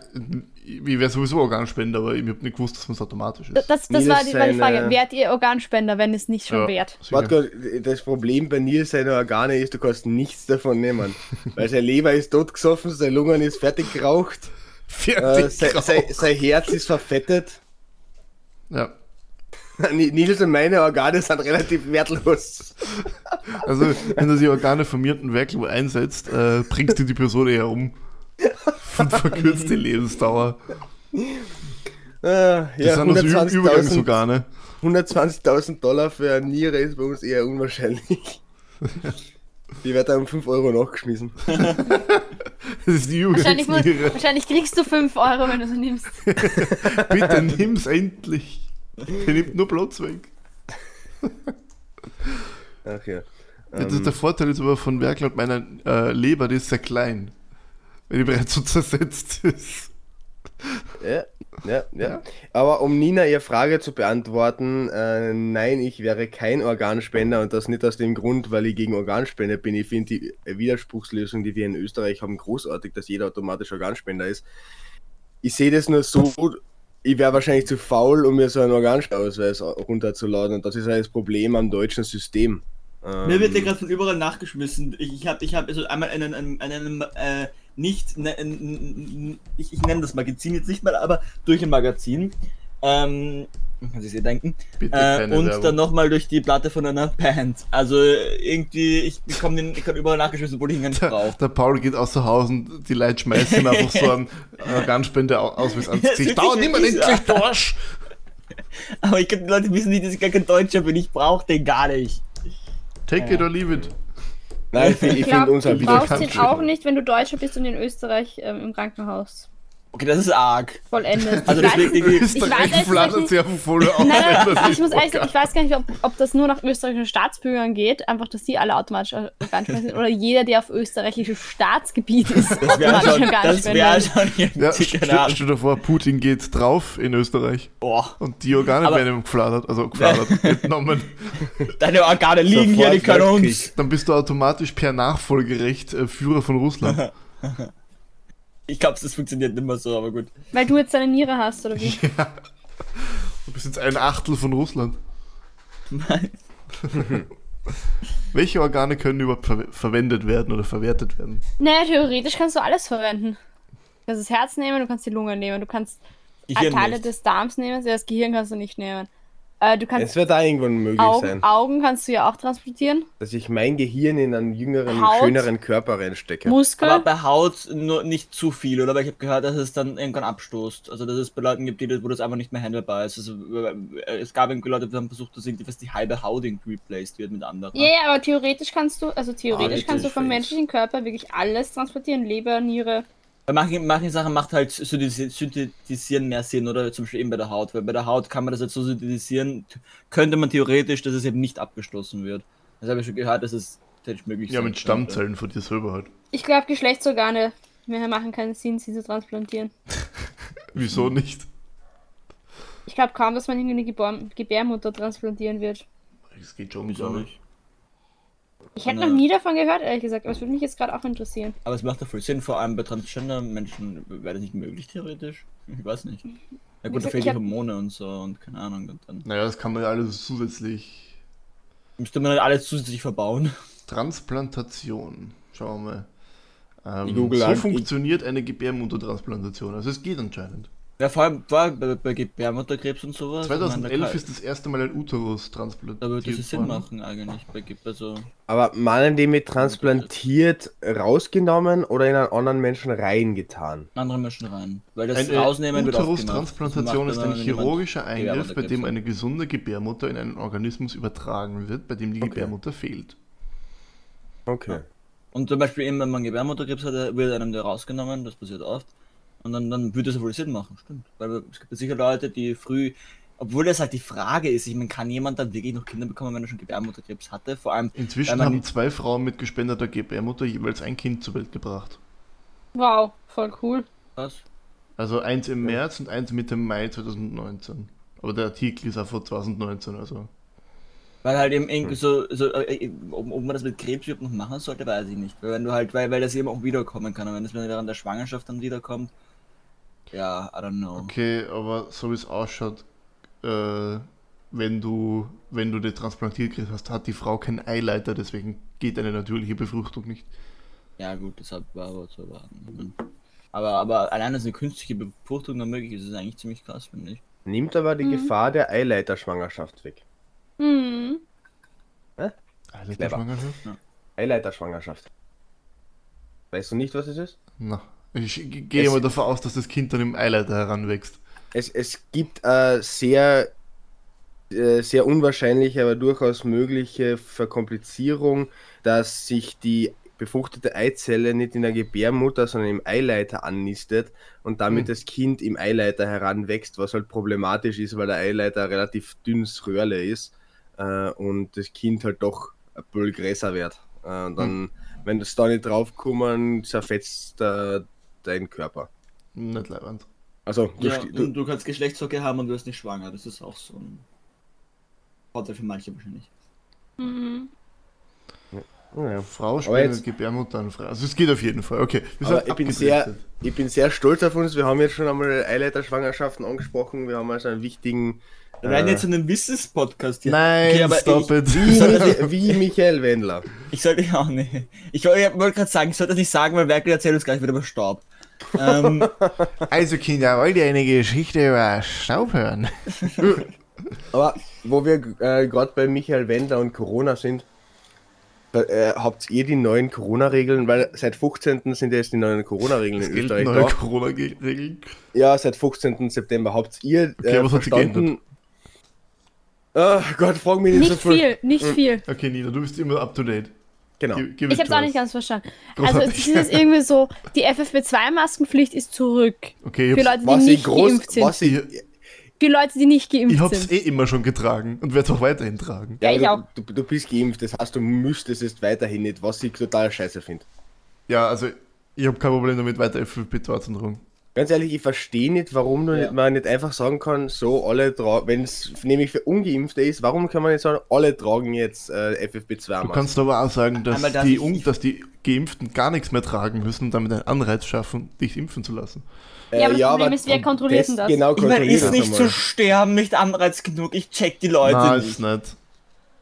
S3: ich wäre sowieso Organspender, aber ich habe nicht gewusst, dass man es automatisch
S5: Das,
S3: ist.
S5: das, das war, die, war
S4: Seine-
S5: die Frage. Wärt ihr Organspender, wenn es nicht schon
S3: Ja,
S5: wärt?
S3: sicher.
S4: Warte Gott, das Problem bei Nils seiner Organe ist, du kannst nichts davon nehmen. weil sein Leber ist totgesoffen, sein Lungen ist fertig geraucht, äh,
S3: Fertig.
S4: sein, sein, sein Herz ist verfettet.
S3: ja.
S4: Ni- Nils und meine Organe sind relativ wertlos.
S3: Also, wenn du die Organe von mir und Werkel einsetzt, äh, bringst du die Person eher um. Und verkürzt die Lebensdauer.
S4: Äh, ja,
S3: Das sind nur so Ü-
S4: 120.000
S3: Übergangsorgane.
S4: 120.000 Dollar für eine Niere ist bei uns eher unwahrscheinlich. Die wird dann um 5 Euro nachgeschmissen.
S3: Das ist die
S5: Wahrscheinlich, muss,
S3: Übergangsniere.
S5: wahrscheinlich kriegst du 5 Euro, wenn du so nimmst.
S3: Bitte nimm's endlich. Der nimmt nur Platz weg.
S4: Ach ja.
S3: Ja, das ist
S4: Ähm.
S3: der Vorteil ist aber von Werkel und meiner äh, Leber, die ist sehr klein. Weil die bereits so zersetzt ist.
S4: Ja, ja, ja.
S3: Ja.
S4: Aber um Nina ihre Frage zu beantworten, äh, nein, ich wäre kein Organspender und das nicht aus dem Grund, weil ich gegen Organspender bin. Ich finde die Widerspruchslösung, die wir in Österreich haben, großartig, dass jeder automatisch Organspender ist. Ich sehe das nur so, ich wäre wahrscheinlich zu faul, um mir so einen Organspenderausweis runterzuladen und das ist halt das Problem am deutschen System.
S2: Mir wird ja
S4: Ähm,
S2: gerade von überall nachgeschmissen. Ich, ich habe ich hab also einmal einen, einen, einen äh, nicht, ne, n- n- ich, ich nenne das Magazin jetzt nicht mal, aber durch ein Magazin. Ähm, man kann sich eh denken.
S3: Bitte
S2: Äh, und
S3: Werbung.
S2: dann nochmal durch die Platte von einer Band. Also äh, irgendwie, ich bekomme den, ich kann überall nachgeschmissen, obwohl ich ihn gar nicht
S3: Der,
S2: brauche.
S3: der Paul geht außer Haus und die Leute schmeißen ihm einfach so einen äh, Organspende-Ausweis ans
S2: Ja,
S3: Gesicht.
S2: wirklich,
S3: Paul, nimm ihn
S2: wirklich,
S3: endlich, du Arsch!
S2: Aber ich glaube, die Leute wissen nicht, dass ich gar kein Deutscher bin. Ich brauche den gar nicht.
S3: Take it or leave it.
S4: nein, ich finde ich
S5: Ich glaub,
S4: find unser
S5: du
S3: wieder
S5: brauchst
S3: kann
S5: ihn
S3: schicken.
S5: auch nicht, wenn du Deutscher bist und in Österreich ähm, im Krankenhaus
S2: Okay, das ist arg.
S5: vollendest.
S2: Also
S5: ich, weiß,
S2: deswegen-
S5: ich,
S2: Ich weiß,
S3: Österreich
S5: dass
S3: flattert
S5: ich-
S3: sich auf den Folie auf.
S5: nein, nein,
S3: wenn das
S5: nein, ich
S3: nicht
S5: muss ehrlich sagen,
S3: vorkommt.
S5: ich weiß gar nicht, ob, ob das nur nach österreichischen Staatsbürgern geht, einfach, dass die alle automatisch Organspender sind oder jeder, der auf österreichischem Staatsgebiet ist,
S2: Das wäre
S5: automatisch
S2: schon, das
S5: Organspender
S2: wär
S5: ist.
S2: schon irgendwie,
S3: ja,
S2: keine
S3: st-
S2: Ahnung.
S3: stell dir vor, Putin geht drauf in Österreich
S2: Boah,
S3: und die Organe
S2: Aber-
S3: werden ihm geflattert, also geflattert, entnommen.
S2: deine Organe liegen hier, die
S4: Sofort
S2: können uns.
S4: Weltkrieg.
S3: Dann bist du automatisch per Nachfolgerecht äh, Führer von Russland.
S2: Ich glaube, das funktioniert nicht mehr so, aber gut.
S5: Weil du jetzt deine Niere hast, oder wie?
S3: Du bist jetzt ein Achtel von Russland.
S2: Nein.
S3: Welche Organe können überhaupt ver verwendet werden oder verwertet werden?
S5: naja, theoretisch kannst du alles verwenden. Du kannst das Herz nehmen, du kannst die Lunge nehmen, du kannst äh,
S2: Gehirn
S5: Ah, Teile
S2: nicht.
S5: des Darms nehmen, ja, das Gehirn kannst du nicht nehmen. Äh, du kannst
S4: Es wird auch irgendwann möglich sein.
S5: Augen, Augen kannst du ja auch transportieren.
S4: dass ich mein Gehirn in einen jüngeren,
S5: Haut.
S4: schöneren Körper reinstecke.
S2: Aber
S5: Muskeln.
S2: bei Haut nur nicht zu viel, oder? Weil ich habe gehört, dass es dann irgendwann abstoßt. Also, dass es bei Leuten gibt, die, das- wo das einfach nicht mehr handelbar ist. Also, äh, es gab irgendwie Leute, die haben versucht, dass irgendwie fast die halbe Haut irgendwie replaced wird mit anderen.
S5: Ja, ja, aber theoretisch kannst du, also theoretisch
S4: Ah,
S5: kannst du vom
S4: richtig.
S5: menschlichen Körper wirklich alles transportieren. Leber, Niere.
S2: Bei manchen, manchen Sachen macht halt Synthetisi- Synthetisieren mehr Sinn, oder? Zum Beispiel eben bei der Haut. Weil bei der Haut kann man das jetzt so synthetisieren, t- könnte man theoretisch, dass es eben nicht abgestoßen wird. Das habe ich schon gehört, dass es theoretisch möglich
S3: Ja,
S2: sein
S3: mit
S2: könnte.
S3: Stammzellen von dir selber halt.
S5: Ich glaube, Geschlechtsorgane mehr machen keinen Sinn, sie zu transplantieren.
S3: Wieso nicht?
S5: Ich glaube kaum, dass man irgendwie eine Gebär Gebärmutter transplantieren wird.
S3: Es geht schon,
S2: Wieso
S3: glaube
S2: nicht?
S3: ich.
S5: Ich hätte
S2: Ja.
S5: noch nie davon gehört, ehrlich gesagt, aber es würde mich jetzt gerade auch interessieren.
S2: Aber es macht ja voll Sinn, vor allem bei Transgender-Menschen wäre das nicht möglich, theoretisch. Ich weiß nicht. Na gut, da
S5: Ich-
S2: fehlen
S5: ich
S2: die
S5: hab-
S2: Hormone und so und keine Ahnung. Und dann
S3: Naja, das kann man ja alles zusätzlich.
S2: müsste man halt alles zusätzlich verbauen.
S3: Transplantation. Schauen wir mal. Ähm,
S4: Ich google
S3: so
S4: an.
S3: funktioniert eine Gebärmuttertransplantation. Also es geht anscheinend.
S2: Ja, vor allem vor allem bei, bei Gebärmutterkrebs und sowas. ich meine, Also da
S3: 2011
S2: kann-
S3: ist das erste Mal ein Uterus
S2: Da
S3: transplantiert
S2: würde es Sinn
S3: worden.
S2: machen eigentlich. Bei Gib- also,
S4: Aber meinen die mit transplantiert rausgenommen oder in einen anderen Menschen reingetan?
S2: andere Menschen rein. Weil das
S3: Eine
S2: Rausnehmen wird oft gemacht.
S3: Uterustransplantation
S2: Das
S3: äh, ist
S2: macht
S3: ein
S2: aber niemand.
S3: chirurgischer Eingriff, bei
S2: Gebärmutterkrebs
S3: dem
S2: hat.
S3: eine gesunde Gebärmutter in einen Organismus übertragen wird, bei dem die Gebärmutter fehlt.
S4: Okay.
S2: Und zum Beispiel eben, wenn man Gebärmutterkrebs hat, äh, wird einem der rausgenommen, das passiert oft. Und dann, dann würde es wohl Sinn machen, stimmt. Weil es gibt sicher Leute, die früh, obwohl das halt die Frage ist, ich meine, kann jemand dann wirklich noch Kinder bekommen, wenn er schon Gebärmutterkrebs hatte? Vor allem, weil
S3: Inzwischen
S2: man-
S3: haben zwei Frauen mit gespendeter Gebärmutter jeweils ein Kind zur Welt gebracht.
S5: Wow, voll cool.
S2: was?
S3: Also eins im März und eins Mitte Mai 2019. Aber der Artikel ist auch von 2019, also.
S2: Weil halt eben irgendwie so, so äh, ob, ob man das mit Krebs überhaupt noch machen sollte, weiß ich nicht. Weil wenn du halt, weil, weil das eben auch wiederkommen kann. Und wenn das dann während der Schwangerschaft dann wiederkommt, ja, I don't know.
S3: Okay, aber so wie es ausschaut, äh, wenn du wenn du den transplantiert kriegst, hast, hat die Frau keinen Eileiter, deswegen geht eine natürliche Befruchtung nicht.
S2: Ja gut, deshalb war aber zu erwarten. Mhm. Aber, aber allein, dass eine künstliche Befruchtung dann möglich ist, ist eigentlich ziemlich krass, finde ich.
S4: Nimmt aber die Gefahr der Eileiterschwangerschaft weg.
S5: Hm.
S3: Eileiter
S4: Clever.
S3: Schwangerschaft?
S4: Eileiterschwangerschaft. Weißt du nicht, was es ist?
S3: Na, ich g- gehe
S4: Es-
S3: mal davon aus, dass das Kind dann im Eileiter heranwächst.
S4: Es, es gibt äh, sehr, äh, sehr unwahrscheinliche, aber durchaus mögliche Verkomplizierung, dass sich die befruchtete Eizelle nicht in der Gebärmutter, sondern im Eileiter annistet und damit
S3: Hm.
S4: das Kind im Eileiter heranwächst, was halt problematisch ist, weil der Eileiter ein relativ dünnes Röhrle ist äh, und das Kind halt doch ein bisschen größer wird. Äh, und dann,
S2: Hm.
S4: wenn das da nicht draufkommen, zerfetzt äh, dein Körper.
S3: Nicht leibend.
S4: Also, du,
S2: Ja,
S4: sti- du,
S2: und du kannst Geschlechtsverkehr haben und wirst nicht schwanger. Das ist auch so ein Vorteil für manche wahrscheinlich.
S4: naja.
S3: Frau spendet
S4: jetzt-
S3: Gebärmutter an Frau. Also es geht auf jeden Fall. Okay, wir
S4: Aber ich bin, sehr,
S3: abgedriftet.
S4: ich bin sehr stolz auf uns. Wir haben jetzt schon einmal Eileiter-Schwangerschaften angesprochen. Wir haben also einen wichtigen.
S2: Wir werden
S4: äh,
S2: jetzt in einem Wissenspodcast hier.
S3: Nein,
S2: Okay, aber
S3: stop
S2: ich,
S3: it.
S4: wie, Michael, wie Michael Wendler.
S2: ich sollte ja auch nicht. Ich wollte gerade sagen, ich sollte das nicht sagen, weil Merkel erzählt uns gleich wieder über Staub. ähm,
S3: Also Kinder, wollt ihr eine Geschichte über Staub hören?
S4: Aber wo wir äh, gerade bei Michael Wendler und Corona sind, äh, habt ihr die neuen Corona-Regeln? Weil seit 15. sind ja jetzt die neuen Corona-Regeln in
S3: Gelten
S4: Österreich.
S3: neue
S4: da.
S3: Corona-Regeln?
S4: Ja, seit 15. September. Habt ihr
S3: Okay,
S4: äh,
S3: was hat sie
S4: verstanden? Ah, Gott, frag mich nicht,
S5: Nicht
S4: so viel.
S5: viel, nicht viel.
S3: Okay, Nina, du bist immer up to date.
S4: Genau.
S3: Gi- give it
S5: Ich hab's
S3: to
S5: auch
S3: us.
S5: nicht ganz verstanden. Also
S3: Großartig.
S5: es ist jetzt irgendwie so, die FFP2-Maskenpflicht ist zurück.
S3: Okay,
S5: Für
S3: ich hab's,
S5: Leute, die
S4: Was ich
S5: nicht
S4: groß,
S5: geimpft sind.
S4: was ich,
S5: Für Leute, die nicht
S3: ich
S5: geimpft
S3: hab's
S5: sind.
S3: eh immer schon getragen und werde es auch weiterhin tragen.
S5: Ja,
S4: Ja,
S5: ich
S4: du,
S5: auch.
S4: Du, du bist geimpft, das heißt, du müsstest es weiterhin nicht, was ich total scheiße finde.
S3: Ja, also ich habe kein Problem damit, weiter FFP2 zu tragen.
S4: Ganz ehrlich, ich verstehe nicht, warum du
S2: Ja.
S4: nicht, man nicht einfach sagen kann, so alle tragen, wenn es nämlich für Ungeimpfte ist, warum kann man nicht sagen, alle tragen jetzt äh, FFP2
S3: Du
S4: Masken?
S3: kannst aber auch sagen, dass,
S2: Einmal darf
S3: die,
S2: ich-
S3: Un- dass die Geimpften gar nichts mehr tragen müssen und damit einen Anreiz schaffen, dich impfen zu lassen.
S4: Äh,
S5: Ja, aber das Problem ist, wer kontrolliert denn das?
S4: Genau,
S2: ich meine,
S4: kontrolliert
S2: ist
S4: das
S2: nicht zu
S4: einmal.
S2: sterben, nicht Anreiz genug. Ich check die Leute
S3: Nein,
S2: nicht.
S3: ist nicht.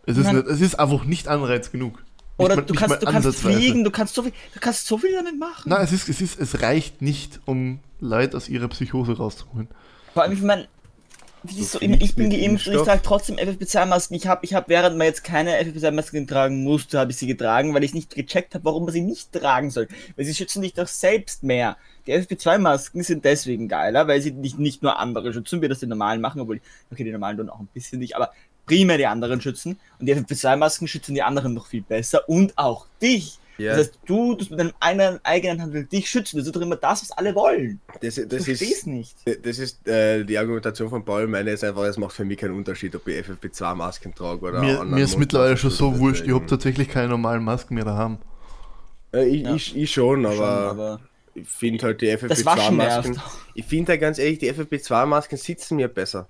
S3: Es ist,
S2: Nein.
S3: nicht. es ist einfach nicht Anreiz genug. Nicht
S2: Oder
S3: mal-
S2: du
S3: nicht mal
S2: kannst, du kannst
S3: ansatzweise.
S2: fliegen, du kannst so viel, du kannst so viel damit machen.
S3: Nein, es, ist, es, ist, es reicht nicht, um Leute aus ihrer Psychose rauszuholen.
S2: Vor allem, ich meine, wieso, ich,
S4: fliegst
S2: ich bin
S4: mit
S2: geimpft und ich
S4: Impfstoff?
S2: trage trotzdem FFP2-Masken. Ich habe, ich hab, während man jetzt keine FFP2-Masken tragen musste, habe ich sie getragen, weil ich nicht gecheckt habe, warum man sie nicht tragen soll. Weil sie schützen dich doch selbst mehr. Die FFP2-Masken sind deswegen geiler, weil sie nicht, nicht nur andere schützen, wir das die normalen machen, obwohl, okay, die normalen tun auch ein bisschen nicht, aber primär die anderen schützen. Und die FFP2-Masken schützen die anderen noch viel besser und auch dich.
S4: Ja.
S2: Das heißt, du tust mit deinem eigenen, eigenen Handel dich schützen. Das ist doch immer das, was alle wollen.
S4: Das,
S2: Ich
S4: das
S2: versteh's
S4: ist,
S2: nicht.
S4: das ist äh, die Argumentation von Paul, meine ist einfach, es macht für mich keinen Unterschied, ob ich FFP2-Masken trage oder
S3: Mir,
S4: anderen
S3: mir ist
S4: Mund-
S3: mittlerweile schon so
S4: Deswegen-
S3: wurscht, ich hab tatsächlich keine normalen Masken mehr daheim.
S4: Äh, ich,
S2: Ja.
S4: ich, ich schon, aber...
S2: Schon, aber
S4: Ich finde halt die
S2: Das Waschen
S4: FFP2-Masken.
S2: erst.
S4: Ich finde halt ganz ehrlich, die FFP2-Masken sitzen mir besser.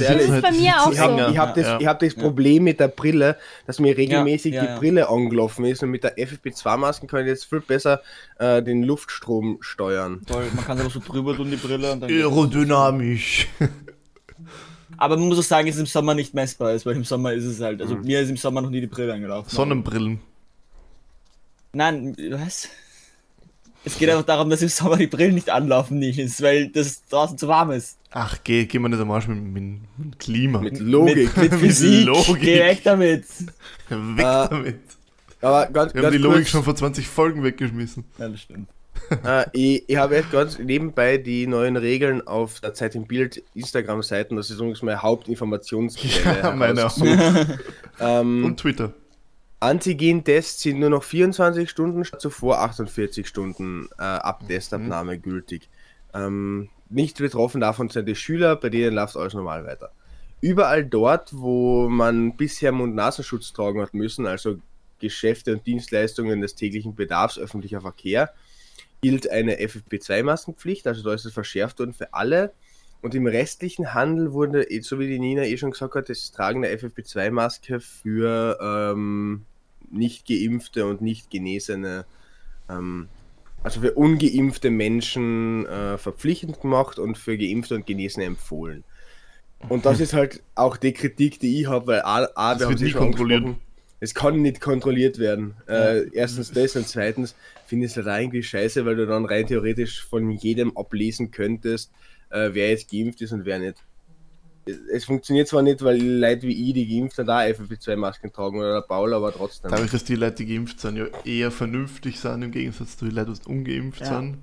S3: Also sie
S4: ehrlich.
S3: sitzen
S5: Das ist bei
S3: sie
S5: mir
S3: sitzen
S5: auch
S4: Ich habe
S3: enger.
S5: so.
S4: ich hab das,
S3: Ja.
S4: ich hab das Problem mit der Brille, dass mir regelmäßig
S2: Ja, ja, ja.
S4: die Brille angelaufen ist und mit der FFP2-Masken kann ich jetzt viel besser äh, den Luftstrom steuern.
S2: Voll, man kann aber so drüber tun, die Brille. Und dann
S3: Aerodynamisch.
S2: aber man muss auch sagen, dass es im Sommer nicht messbar ist, weil im Sommer ist es halt. Also mir ist im Sommer noch nie die Brille angelaufen.
S3: Sonnenbrillen.
S2: Nein, was? Es geht einfach darum, dass im Sommer die Brillen nicht anlaufen, Nils, weil das draußen zu warm ist.
S3: Ach, geh, geh mal nicht am Arsch mit, mit, mit Klima.
S4: Mit Logik.
S2: Mit, mit
S3: Mit
S2: Physik.
S3: Logik.
S2: Geh weg damit.
S3: Weg
S4: Äh,
S3: damit.
S4: Aber ganz,
S3: Wir haben
S4: ganz
S3: die Logik
S4: kurz,
S3: schon vor 20 Folgen weggeschmissen.
S2: Ja, das stimmt.
S4: äh, ich, ich habe jetzt ganz nebenbei die neuen Regeln auf der Zeit im Bild Instagram-Seiten, das ist übrigens meine Hauptinformationsquelle.
S3: Ja, meine auch.
S4: herausgesucht. Ähm,
S3: Und Twitter.
S4: Antigen-Tests sind nur noch 24 Stunden statt zuvor 48 Stunden äh, ab Testabnahme gültig. Ähm, nicht betroffen davon sind die Schüler, bei denen läuft alles normal weiter. Überall dort, wo man bisher Mund-Nasenschutz tragen hat müssen, also Geschäfte und Dienstleistungen des täglichen Bedarfs, öffentlicher Verkehr, gilt eine FFP2-Maskenpflicht, also da ist es verschärft worden für alle. Und im restlichen Handel wurde, eh- so wie die Nina eh schon gesagt hat, das Tragen der FFP2-Maske für ähm, nicht geimpfte und nicht genesene, ähm, also für ungeimpfte Menschen äh, verpflichtend gemacht und für geimpfte und genesene empfohlen. Und das ist halt auch die Kritik, die ich habe, weil A, A wir
S3: Das
S4: haben
S3: wird
S4: sie
S3: nie
S4: schon
S3: kontrolliert.
S4: angesprochen, es kann nicht kontrolliert werden. Äh, erstens das und zweitens finde ich es halt auch irgendwie scheiße, weil du dann rein theoretisch von jedem ablesen könntest, äh, wer jetzt geimpft ist und wer nicht. Es- Es funktioniert zwar nicht, weil Leute wie ich, die geimpft sind, da FFP2-Masken tragen oder der Paul, aber trotzdem.
S3: Dadurch, dass die Leute, die geimpft sind, ja eher vernünftig sind, im Gegensatz zu den Leuten, die ungeimpft
S2: Ja.
S3: sind.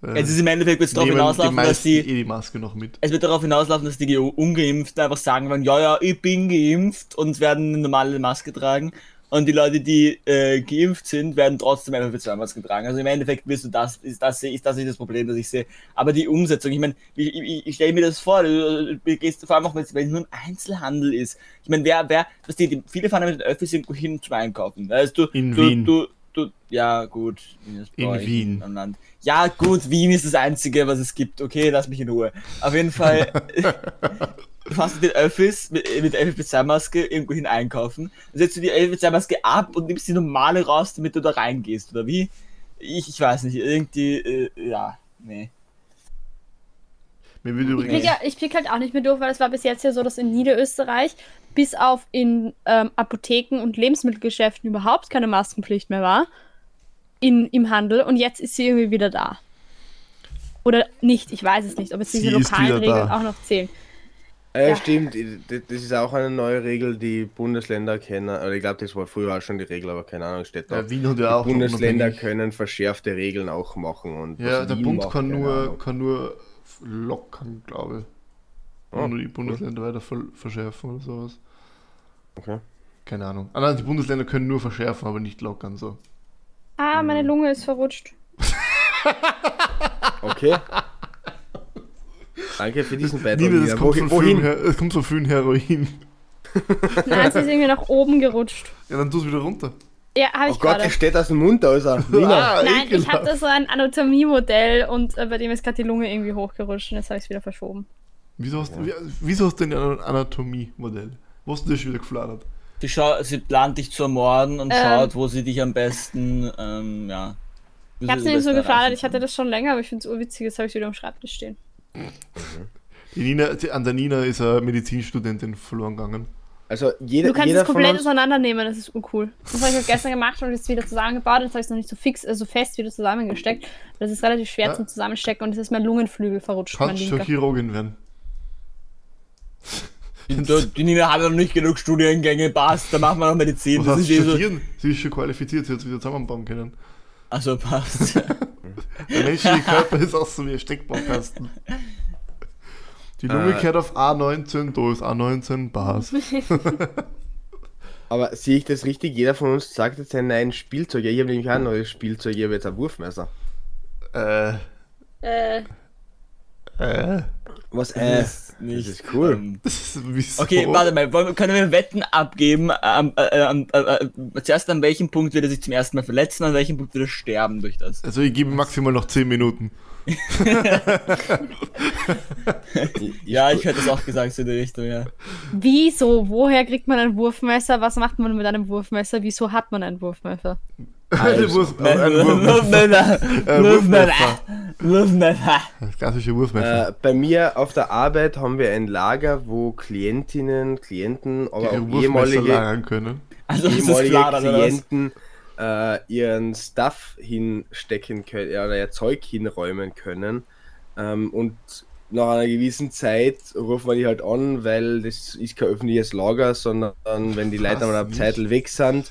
S3: Äh,
S2: Es ist im Endeffekt wird es darauf
S3: nehmen die
S2: hinauslaufen, dass
S3: meisten
S2: die.
S3: eh die Maske noch mit.
S2: Es wird darauf hinauslaufen, dass die Ge- Ungeimpften einfach sagen werden, ja, ja, ich bin geimpft und werden eine normale Maske tragen. Und die Leute, die äh, geimpft sind, werden trotzdem FFP2-Masken tragen. Also im Endeffekt wirst du das, ist das, ist das nicht das Problem, das ich sehe. Aber die Umsetzung, ich meine, ich, ich, ich stelle mir das vor, du du gehst vor allem auch, wenn es wenn es nur im Einzelhandel ist. Ich meine, wer, wer, was die, die, viele fahren ja mit den Öffis irgendwo hin zum Einkaufen. Weißt du,
S3: In
S2: du,
S3: Wien.
S2: du, du, ja, gut. das
S3: In
S2: brauche ich
S3: Wien.
S2: nicht am Land. Ja, gut, Wien ist das Einzige, was es gibt. Okay, lass mich in Ruhe. Auf jeden Fall du fährst mit den Öffis mit, mit der FFP2-Maske irgendwo hin einkaufen, dann setzt du die FFP2-Maske ab und nimmst die normale raus, damit du da reingehst, oder wie? Ich, ich weiß nicht, irgendwie, äh, ja, nee.
S3: Mir wird
S5: Ich
S3: übrigens.
S5: blick, ja, ich blick halt auch nicht mehr durch, weil es war bis jetzt ja so, dass in Niederösterreich bis auf in ähm, Apotheken und Lebensmittelgeschäften überhaupt keine Maskenpflicht mehr war in, im Handel und jetzt ist sie irgendwie wieder da. Oder nicht, ich weiß es nicht, ob jetzt
S3: Sie
S5: diese
S3: ist
S5: lokalen
S3: wieder da.
S5: Regeln auch noch zählen.
S4: Äh,
S5: Ja.
S4: Stimmt, d- das ist auch eine neue Regel, die Bundesländer kennen. Oder ich glaube, das war früher auch schon die Regel, aber keine Ahnung, steht da.
S3: Ja, äh, Wien hat ja
S4: Die
S3: auch.
S4: Bundesländer
S3: unabhängig-
S4: können verschärfte Regeln auch machen. Und
S3: Ja,
S4: was
S3: der
S4: Wien
S3: Bund
S4: macht,
S3: kann
S4: keine
S3: nur,
S4: Ahnung.
S3: kann nur lockern, glaube ich.
S4: Ah,
S3: Und nur die Bundesländer weiter ver- verschärfen oder sowas.
S4: Okay.
S3: Keine Ahnung. Ah, nein, die Bundesländer können nur verschärfen, aber nicht lockern so.
S5: Ah,
S3: Hm.
S5: meine Lunge ist verrutscht.
S4: Okay. Danke für diesen Beitrag.
S3: Nina, das
S4: Nina.
S3: kommt,
S4: Wohin-
S3: von
S4: wohin?
S3: frühen, Her- das kommt von frühen Heroin.
S5: Nein, sie ist irgendwie nach oben gerutscht.
S3: Ja, dann tu es wieder runter.
S5: Ja, habe
S4: Oh
S5: ich
S4: Gott,
S5: gerade.
S4: das steht aus dem Mund aus. Nina.
S3: Ah,
S5: Nein, ich habe
S3: ekelhaft.
S5: da so ein Anatomiemodell und äh, bei dem ist gerade die Lunge irgendwie hochgerutscht und jetzt habe ich es wieder verschoben.
S3: Wieso hast, wie, wieso hast du denn ein Anatomie-Modell? Wo hast du das schon wieder gefladert?
S2: Sie, schau, sie plant dich zu ermorden und
S5: Ähm.
S2: schaut, wo sie dich am besten, ähm, ja. wo
S5: Ich
S2: sie
S5: habe
S2: am
S5: es nicht so
S2: besten
S5: gefladert,
S2: erreichen
S5: ich hatte das schon länger, aber ich finde es urwitzig, jetzt habe ich wieder am Schreibtisch stehen.
S3: Die Nina, die, an der Nina ist eine Medizinstudentin verloren gegangen.
S4: Also jeder,
S5: Du kannst
S4: jeder
S5: es komplett
S4: von uns,
S5: auseinandernehmen, das ist urcool. Das habe ich halt gestern gemacht und jetzt wieder zusammengebaut. Jetzt habe ich es noch nicht so fix, also fest wieder zusammengesteckt. Das ist relativ schwer
S3: Ja.
S5: zum Zusammenstecken und jetzt ist mein Lungenflügel verrutscht, mein
S3: Kannst schon
S5: linker.
S3: Chirurgin werden.
S2: kann. Die, die Nina hat noch nicht genug Studiengänge, passt, da machen wir noch Medizin.
S3: Was
S2: Das
S3: heißt
S2: ist eh so,
S3: studieren? Sie ist schon qualifiziert, sie hat es wieder zusammenbauen können.
S2: also passt.
S3: Der menschliche Körper ist auch so wie ein Steckbaukasten. Die Lunge
S4: Äh.
S3: kehrt auf A19, da ist A19, Bas.
S4: aber sehe ich das richtig? Jeder von uns sagt jetzt ein neues Spielzeug. Ja, ich habe nämlich auch ein neues Spielzeug. Ich habe jetzt ein Wurfmesser.
S3: äh,
S5: Äh,
S3: äh,
S4: Was
S2: Das
S4: äh,
S2: ist nicht,
S4: ist cool.
S3: das ist wieso?
S2: Okay, warte mal, wollen, können wir Wetten abgeben? Am, äh, am, äh, äh, zuerst an welchem Punkt wird er sich zum ersten Mal verletzen, an welchem Punkt wird er sterben durch das?
S3: Also ich gebe maximal noch 10 Minuten.
S4: ich-
S2: Ja, ich hätte das auch gesagt, so in die Richtung,
S3: Äh,
S2: ja.
S5: wieso? Woher kriegt man ein Wurfmesser? Was macht man mit einem Wurfmesser? Wieso hat man ein Wurfmesser?
S3: Eine Wurst- äh, ein Wurf-
S2: Wurfmesser.
S3: Äh,
S2: Wurfmesser. Wurfmesser.
S3: Das klassische Wurfmesser.
S4: Äh, bei mir auf der Arbeit haben wir ein Lager, wo Klientinnen, Klienten, aber
S3: die
S4: auch
S3: Wurfmesser
S4: ehemalige,
S3: lagern können.
S2: Also das ist
S4: ehemalige
S2: klar, oder was?
S4: Klienten äh, ihren Stuff hinstecken können ja, oder ihr Zeug hinräumen können. Ähm, und nach einer gewissen Zeit rufen wir die halt an, weil das ist kein öffentliches Lager, sondern wenn die Leute
S3: Was?
S4: mal ab Zeitl weg sind,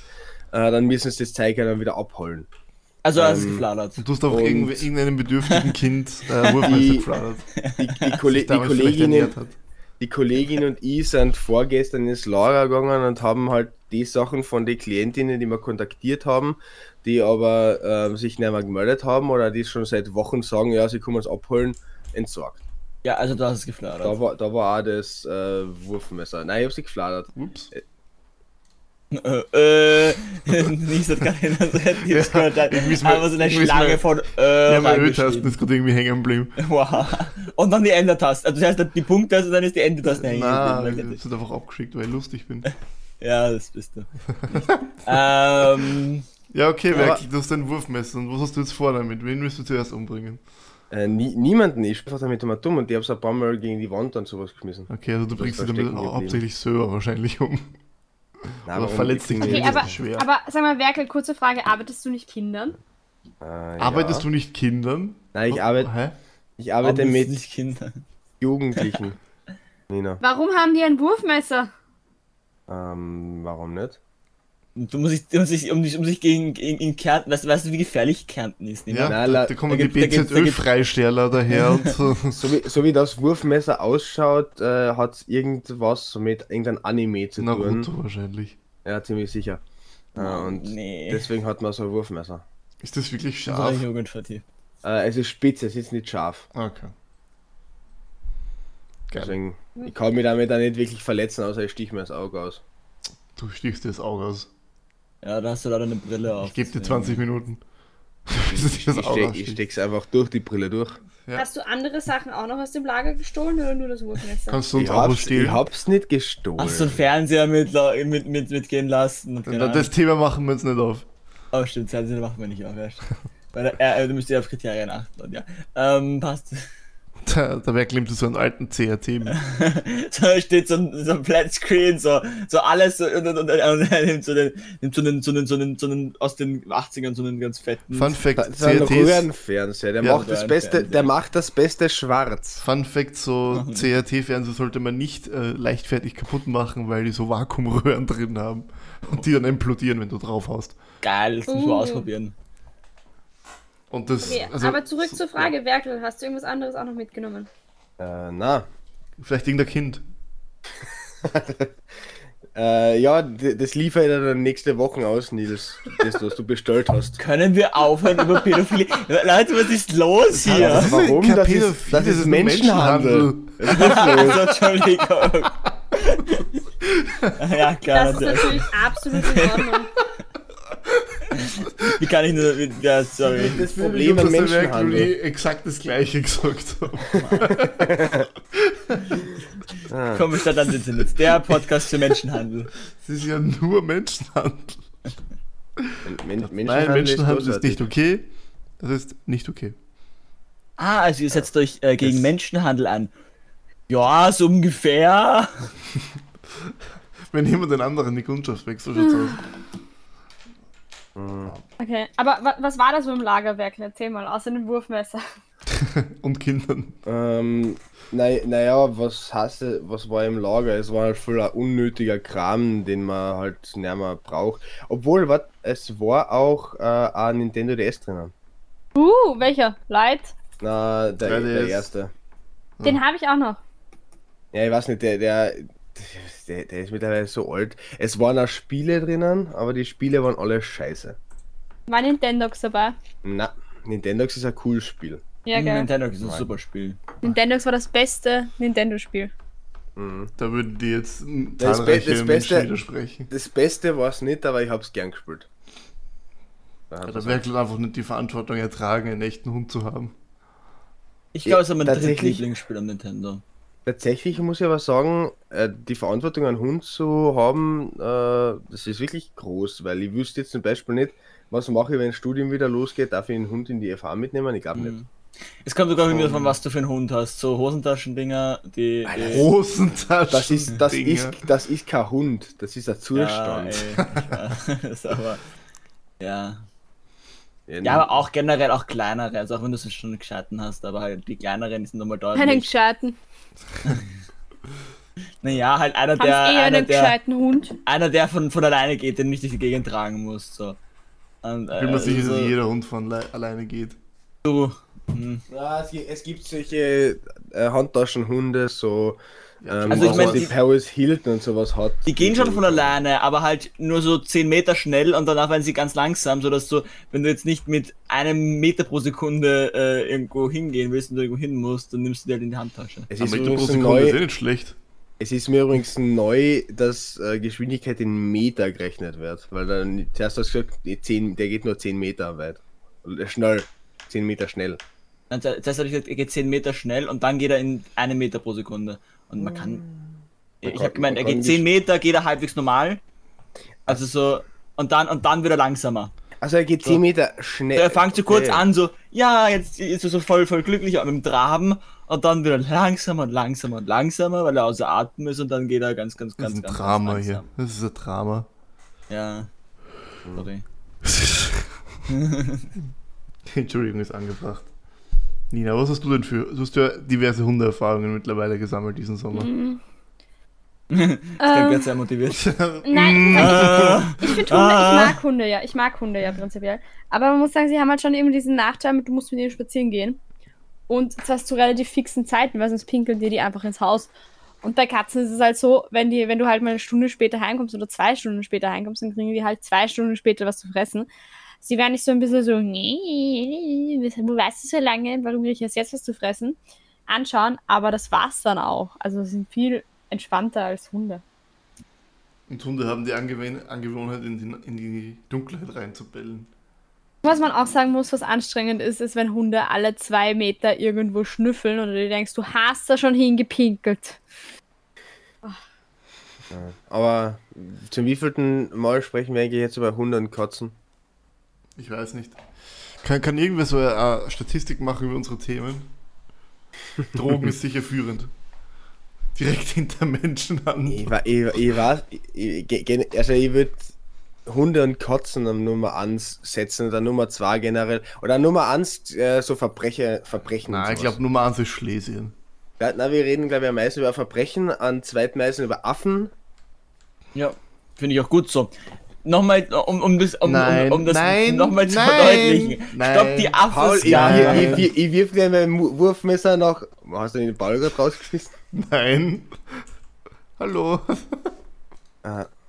S4: äh, dann müssen sie das Zeug ja dann wieder abholen.
S2: Also, er ist
S4: Ähm,
S2: gefladert.
S3: Du hast auch
S4: Und-
S3: irgend- irgendeinem bedürftigen Kind äh, Wurfmesser
S4: Die-
S3: gefladert.
S4: Die, die, Kolle die Kolleginnen die Kollegin und ich sind vorgestern ins Lager gegangen und haben halt die Sachen von den Klientinnen, die wir kontaktiert haben, die aber ähm, sich nicht mehr gemeldet haben oder die schon seit Wochen sagen, ja, sie kommen uns abholen, entsorgt.
S2: Ja, also, du hast es
S4: Da
S2: gefladert.
S4: war, da war auch das äh, Wurfmesser. Nein, ich hab's nicht gefladert.
S3: Ups.
S2: Äh, äh, nicht so gerade in das Discord.
S3: irgendwie ist mir-
S2: Aber so eine
S3: irgendwie ist mir-
S2: Schlange von, äh,
S3: Ja, mein
S2: reingeschrieben.
S3: Öltasten ist gerade irgendwie hängen geblieben.
S2: Wow. Und dann die Enter-Taste. Also das heißt, die Punkt-Taste, dann ist die Enter-Taste hängen
S3: Na,
S2: geblieben.
S3: ich sind einfach abgeschickt, weil ich lustig bin.
S2: Ja, das bist du. ähm,
S3: Ja, okay,
S4: Aber-
S3: Werk, du hast dein Wurfmesser und was hast du jetzt vor damit? Wen willst du zuerst umbringen?
S4: Äh, nie, niemanden, ich spiel einfach damit immer dumm und die hab's ein paar Mal gegen die Wand und sowas geschmissen.
S3: Okay, also du bringst
S4: da
S3: sie damit
S4: stecken
S3: hau-
S4: geblieben.
S3: hauptsächlich Söer wahrscheinlich um.
S4: Nein,
S3: Aber
S4: warum?
S3: verletzt dich
S4: Ich-
S5: Okay,
S3: Nee, das
S5: aber,
S3: ist schwer.
S5: aber sag mal, Werkel, kurze Frage, arbeitest du nicht Kindern?
S4: Äh, ja.
S3: Arbeitest du nicht Kindern?
S4: Nein, ich arbeite,
S3: Hä?
S4: ich arbeite
S2: warum ist
S4: mit
S2: nicht Kinder.
S4: Jugendlichen. Nina,
S5: Warum haben die ein Wurfmesser?
S4: ähm, warum nicht?
S2: Und Du musst dich, um sich, um dich, um sich gegen, gegen in Kärnten, weißt, du- weißt du, wie gefährlich Kärnten ist? nicht
S3: Ja,
S2: wahr?
S4: Nein,
S3: da,
S4: la-
S3: da kommen
S2: da
S3: die
S2: gibt- da gibt- da gibt-
S3: BZÖ-Freisteller daher und so.
S4: So wie, so wie das Wurfmesser ausschaut, äh, hat irgendwas mit irgendein Anime zu tun.
S3: Naruto wahrscheinlich.
S4: Ja, ziemlich sicher. Ja, und
S2: nee. Das
S4: deswegen hat man so ein Wurfmesser.
S3: Ist das wirklich
S2: ist unsere
S3: scharf?
S2: Jugend vertieft.
S4: Äh, es ist spitze, es ist nicht scharf.
S3: Okay. Geil.
S4: Deswegen, ich kann mich damit auch nicht wirklich verletzen, außer ich stich mir das Auge aus.
S3: Du stichst dir das Auge aus.
S2: Ja, da hast du leider eine Brille auf.
S3: Ich gebe dir
S2: deswegen.
S3: 20 Minuten. Bis du dir das
S4: ich,
S3: Auge
S4: steck, ich
S3: ausstichst.
S4: steck's einfach durch die Brille durch.
S3: Ja.
S5: Hast du andere Sachen auch noch aus dem Lager gestohlen oder nur das Wurfmesser?
S3: Kannst du uns
S4: ich,
S3: auch was
S4: hab's, ich
S3: stehlen?
S4: hab's nicht gestohlen.
S2: Hast du einen Fernseher mit, mit, mit, mitgehen lassen? Und keine
S3: Na,
S2: Ahnung.
S3: Das Thema machen wir jetzt nicht auf.
S2: Oh, stimmt, Fernsehen machen wir nicht auf, ja. stimmt. Weil äh, äh, du müsst ja auf Kriterien achten und ja. Ähm, passt.
S3: Da, da wer klemmt so einen alten CRT mit.
S2: So steht so ein, so ein Flat Screen, so, so alles so, und, und, und, und er nimmt so einen, nimmt so einen, so einen, so einen, so einen aus den 80ern, so einen ganz fetten.
S3: Fun Fact,
S4: Das ist ein
S3: CRTs,
S4: Röhrenfernseher, der,
S3: Ja,
S4: macht das
S2: Röhrenfernseher.
S4: beste, der macht das beste schwarz.
S3: Fun Fact, so CRT-Fernseher sollte man nicht äh, leichtfertig kaputt machen, weil die so Vakuumröhren drin haben und die dann implodieren, wenn du draufhaust.
S2: Geil, das müssen wir
S5: Uh.
S2: ausprobieren.
S3: Und das,
S5: Okay,
S3: also,
S5: aber zurück
S3: so-
S5: zur Frage, Werkel, hast du irgendwas anderes auch noch mitgenommen?
S4: Äh, na,
S3: Vielleicht irgendein Kind.
S4: Äh, ja, d- das liefert er dann nächste Woche aus, Nils. Das, was du bestellt hast.
S2: Können wir aufhören über Pädophilie? Leute, was ist los hier?
S3: Das ist
S4: Warum?
S3: kein
S4: Das ist-
S3: Pädophil,
S4: das ist
S3: nur
S4: Menschenhandel.
S2: Also, Entschuldigung. ja, also klar.
S5: Das ist
S2: natürlich.
S5: natürlich absolut in Ordnung.
S2: Wie kann ich nur. wie- Ja, sorry.
S4: Das
S3: Problem
S4: Problem am
S3: am Menschenhandel.
S4: Menschenhandel.
S3: Ich exakt das gleiche gesagt habe.
S2: Komm, statt an den Sinn. Der Podcast für Menschenhandel.
S3: Es ist ja nur Menschenhandel.
S4: Men
S3: Nein, Menschenhandel ist
S4: großartig.
S3: nicht okay. Das ist nicht okay.
S2: Ah, also ihr setzt euch äh, gegen
S3: Das-
S2: Menschenhandel an. Ja, so ungefähr.
S3: Wenn jemand den anderen die Kundschaft wechselt, schaut's aus.
S5: Okay, aber wa was war das so im Lager, Werkel? Erzähl mal, außer dem Wurfmesser.
S3: Und Kindern.
S4: Ähm, naja, na ja, was hast du, was war im Lager? Es war halt voller unnötiger Kram, den man halt nicht mehr braucht. Obwohl, wat, es war auch äh, ein Nintendo DS drinnen.
S5: Uh, welcher? Light?
S4: Na, der,
S3: Ja,
S4: der
S3: DS.
S4: erste.
S5: Hm. Den habe ich auch noch.
S4: Ja, ich weiß nicht, der, der, der, der ist mittlerweile so alt. Es waren auch Spiele drinnen, aber die Spiele waren alle scheiße.
S5: War Nintendox dabei?
S4: Na, Nintendox ist ein cooles Spiel.
S5: Ja, geil.
S2: Nintendo ist ein super Spiel.
S5: Nintendox war das beste Nintendo-Spiel.
S4: Mhm.
S3: Da würden die jetzt m,
S4: Das
S3: zahlreiche
S4: Be- das
S3: Menschen
S4: Beste-
S3: widersprechen.
S4: Das Beste war es nicht, aber ich hab's gern gespielt. Da hat
S3: Ja,
S4: man's
S3: da merkt man einfach nicht die Verantwortung ertragen, einen echten Hund zu haben.
S2: Ich glaube, es ist mein drittes
S4: Tatsächlich.
S2: Lieblingsspiel am Nintendo.
S4: auch. Tatsächlich muss ich aber sagen, äh, die Verantwortung, einen Hund zu haben, äh, das ist wirklich groß, weil ich wüsste jetzt zum Beispiel nicht, was mache ich, wenn das Studium wieder losgeht, darf ich einen Hund in die FH mitnehmen? Ich glaube
S2: Mhm.
S4: nicht.
S2: Es kommt sogar wieder von was du für einen Hund hast. So Hosentaschendinger, die. die
S3: Hosentaschen.
S4: Das ist, das,
S3: Dinge.
S4: ist, das ist kein Hund, das ist
S2: ja,
S4: ein
S2: ey,
S4: Zustand.
S2: ja, das ist aber. Ja. Ja, aber auch generell auch kleinere, also auch wenn du so schon gescheiten hast, aber halt die kleineren die sind nochmal
S5: Einen
S2: deutlich.
S5: gescheiten.
S2: Naja, halt einer,
S5: Haben
S2: der,
S5: eh
S2: einer,
S5: einen
S2: der,
S5: gescheiten Hund?
S2: einer, der von, von alleine geht, den du nicht durch die Gegend tragen musst, so. Und,
S3: Ich bin mir sicher, dass
S2: also,
S3: jeder Hund von le- alleine geht.
S2: Du, hm.
S4: Ja, es, gibt- es gibt solche äh, Handtaschenhunde, so
S2: Also
S4: ähm, also
S2: ich
S4: ich
S2: mein,
S4: was die
S2: die-
S4: Paris Hilton und sowas hat.
S2: Die gehen schon von alleine, aber halt nur so 10 Meter schnell und danach werden sie ganz langsam, sodass du, wenn du jetzt nicht mit einem Meter pro Sekunde äh, irgendwo hingehen willst und du irgendwo hin musst, dann nimmst du dir halt in die Handtasche.
S4: Es
S3: Aber
S4: ist,
S3: ich pro
S4: übrigens
S3: Sekunde ist eh
S4: neu,
S3: nicht schlecht.
S4: es ist mir übrigens neu, dass äh, Geschwindigkeit in Meter gerechnet wird, weil dann zuerst hast du gesagt, die 10, der geht nur 10 Meter weit. Und, äh, Schnell, 10 Meter schnell.
S2: Dann das heißt, habe ich gesagt, er geht 10 Meter schnell und dann geht er in einem Meter pro Sekunde. Und man kann. ich habe
S4: kann-
S2: gemeint, er
S4: man kann
S2: geht 10
S4: gesch-
S2: Meter, geht er halbwegs normal. Also so. Und dann, und dann wieder langsamer.
S4: Also er geht 10 Meter
S3: Äh,
S4: schnell.
S2: Er fängt so Äh, kurz
S4: Okay.
S2: an, so, ja, jetzt ist er so voll, voll glücklich mit dem Traben und dann wieder langsamer und langsamer und langsamer, weil er außer Atem ist und dann geht er ganz, ganz,
S3: Das
S2: ganz,
S3: ist ein
S2: ganz.
S3: Drama
S2: ganz
S3: hier.
S2: langsam.
S3: Das ist ein Drama.
S2: Ja. Sorry.
S3: Entschuldigung ist angebracht. Nina, was hast du denn für? Du hast ja diverse Hundeerfahrungen mittlerweile gesammelt diesen Sommer.
S2: Mhm.
S5: Mhm. Ähm.
S2: Ich bin jetzt sehr motiviert.
S5: Nein, ich,
S2: Äh,
S5: ich finde Hunde, ich mag Hunde ja. Ich mag Hunde ja prinzipiell. Aber man muss sagen, sie haben halt schon eben diesen Nachteil, mit, du musst mit ihnen spazieren gehen. Und zwar zu relativ fixen Zeiten, weil sonst pinkeln dir die einfach ins Haus. Und bei Katzen ist es halt so, wenn, die, wenn du halt mal eine Stunde später heimkommst oder zwei Stunden später heimkommst, dann kriegen die halt zwei Stunden später was zu fressen. Sie werden nicht so ein bisschen so, nee, weshalb- wo weißt du so lange, warum krieg ich erst jetzt was zu fressen? Anschauen, aber das war's dann auch. Also sie sind viel entspannter als Hunde.
S3: Und Hunde haben die Angewohn Angewohnheit, in die, in die Dunkelheit reinzubellen.
S5: Was man auch sagen muss, was anstrengend ist, ist, wenn Hunde alle zwei Meter irgendwo schnüffeln und du dir denkst, du hast da schon hingepinkelt.
S4: Aber zum wievielten Mal sprechen wir eigentlich jetzt über Hunde und Katzen?
S3: Ich weiß nicht. Kann, kann irgendwer so eine äh, Statistik machen über unsere Themen? Drogen ist sicher führend. Direkt hinter Menschen an.
S4: Ich, wa- ich, ich weiß, ich, ich, gen- also ich würde Hunde und Katzen am Nummer 1 setzen oder Nummer 2 generell. Oder Nummer 1 äh, so Verbrecher, Verbrechen. und
S3: Na, ich
S4: sowas.
S3: glaube Nummer 1 ist Schlesien.
S4: Ja, na, wir reden, glaube ich, am meisten über Verbrechen, am zweiten meisten über Affen.
S2: ja, finde ich auch gut so. Nochmal, um, um das, um,
S3: Nein,
S2: um, um das
S3: nein,
S2: nochmal zu
S3: nein,
S2: verdeutlichen.
S3: nein.
S2: Stopp die
S4: Paul,
S2: Affes.
S4: ich,
S2: Ja,
S3: ja,
S4: ich,
S3: ja.
S4: ich, ich, ich wirf dir mein Mu- Wurfmesser nach. Hast du den Ball gerade rausgeschmissen?
S3: Nein. Hallo.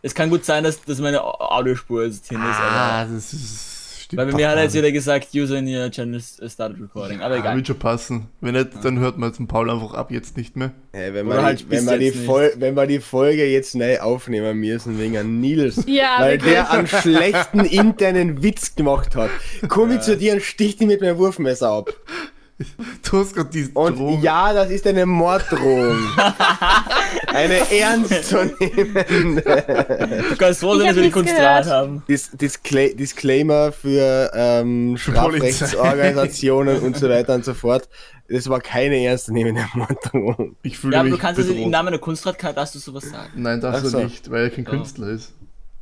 S2: Es kann gut sein, dass, dass meine Audiospur jetzt hin ist, aber.
S3: Ah, das ist. Stimmt
S2: Weil bei mir hat er
S3: doch gar
S2: jetzt wieder gesagt, User in your channel started recording. Aber
S3: Ja,
S2: egal.
S3: wird schon passen. Wenn nicht, dann hört man jetzt den Paul einfach ab jetzt nicht mehr.
S4: Hey, wenn,
S2: Oder
S4: wir
S2: halt
S4: die,
S2: bis
S4: wenn, wir die
S2: jetzt nicht.
S4: Fol wenn wir die Folge jetzt neu aufnehmen müssen wegen an Nils,
S5: Ja,
S4: weil
S5: wirklich.
S4: der einen schlechten internen Witz gemacht hat, komm ich zu dir und stich dich mit meinem Wurfmesser ab.
S3: Du hast gerade diesen
S4: Und
S3: Drogen.
S4: ja, das ist eine Morddrohung. eine ernstzunehmende.
S2: Du kannst froh
S5: Ich
S2: sein, dass
S5: hab
S2: wir die
S5: nichts
S2: Kunstrat
S5: gehört.
S2: haben.
S4: Dis Discla Disclaimer für ähm, Strafrechtsorganisationen und so weiter und so fort. Das war keine ernstzunehmende Morddrohung.
S3: Ich fühle
S2: Ja, aber
S3: mich
S2: du kannst also im
S3: bedroht.
S2: Namen der Kunstrat kann, darfst du sowas sagen.
S3: Nein,
S4: Ach
S3: darfst du
S4: so.
S3: nicht, weil er kein Künstler ist.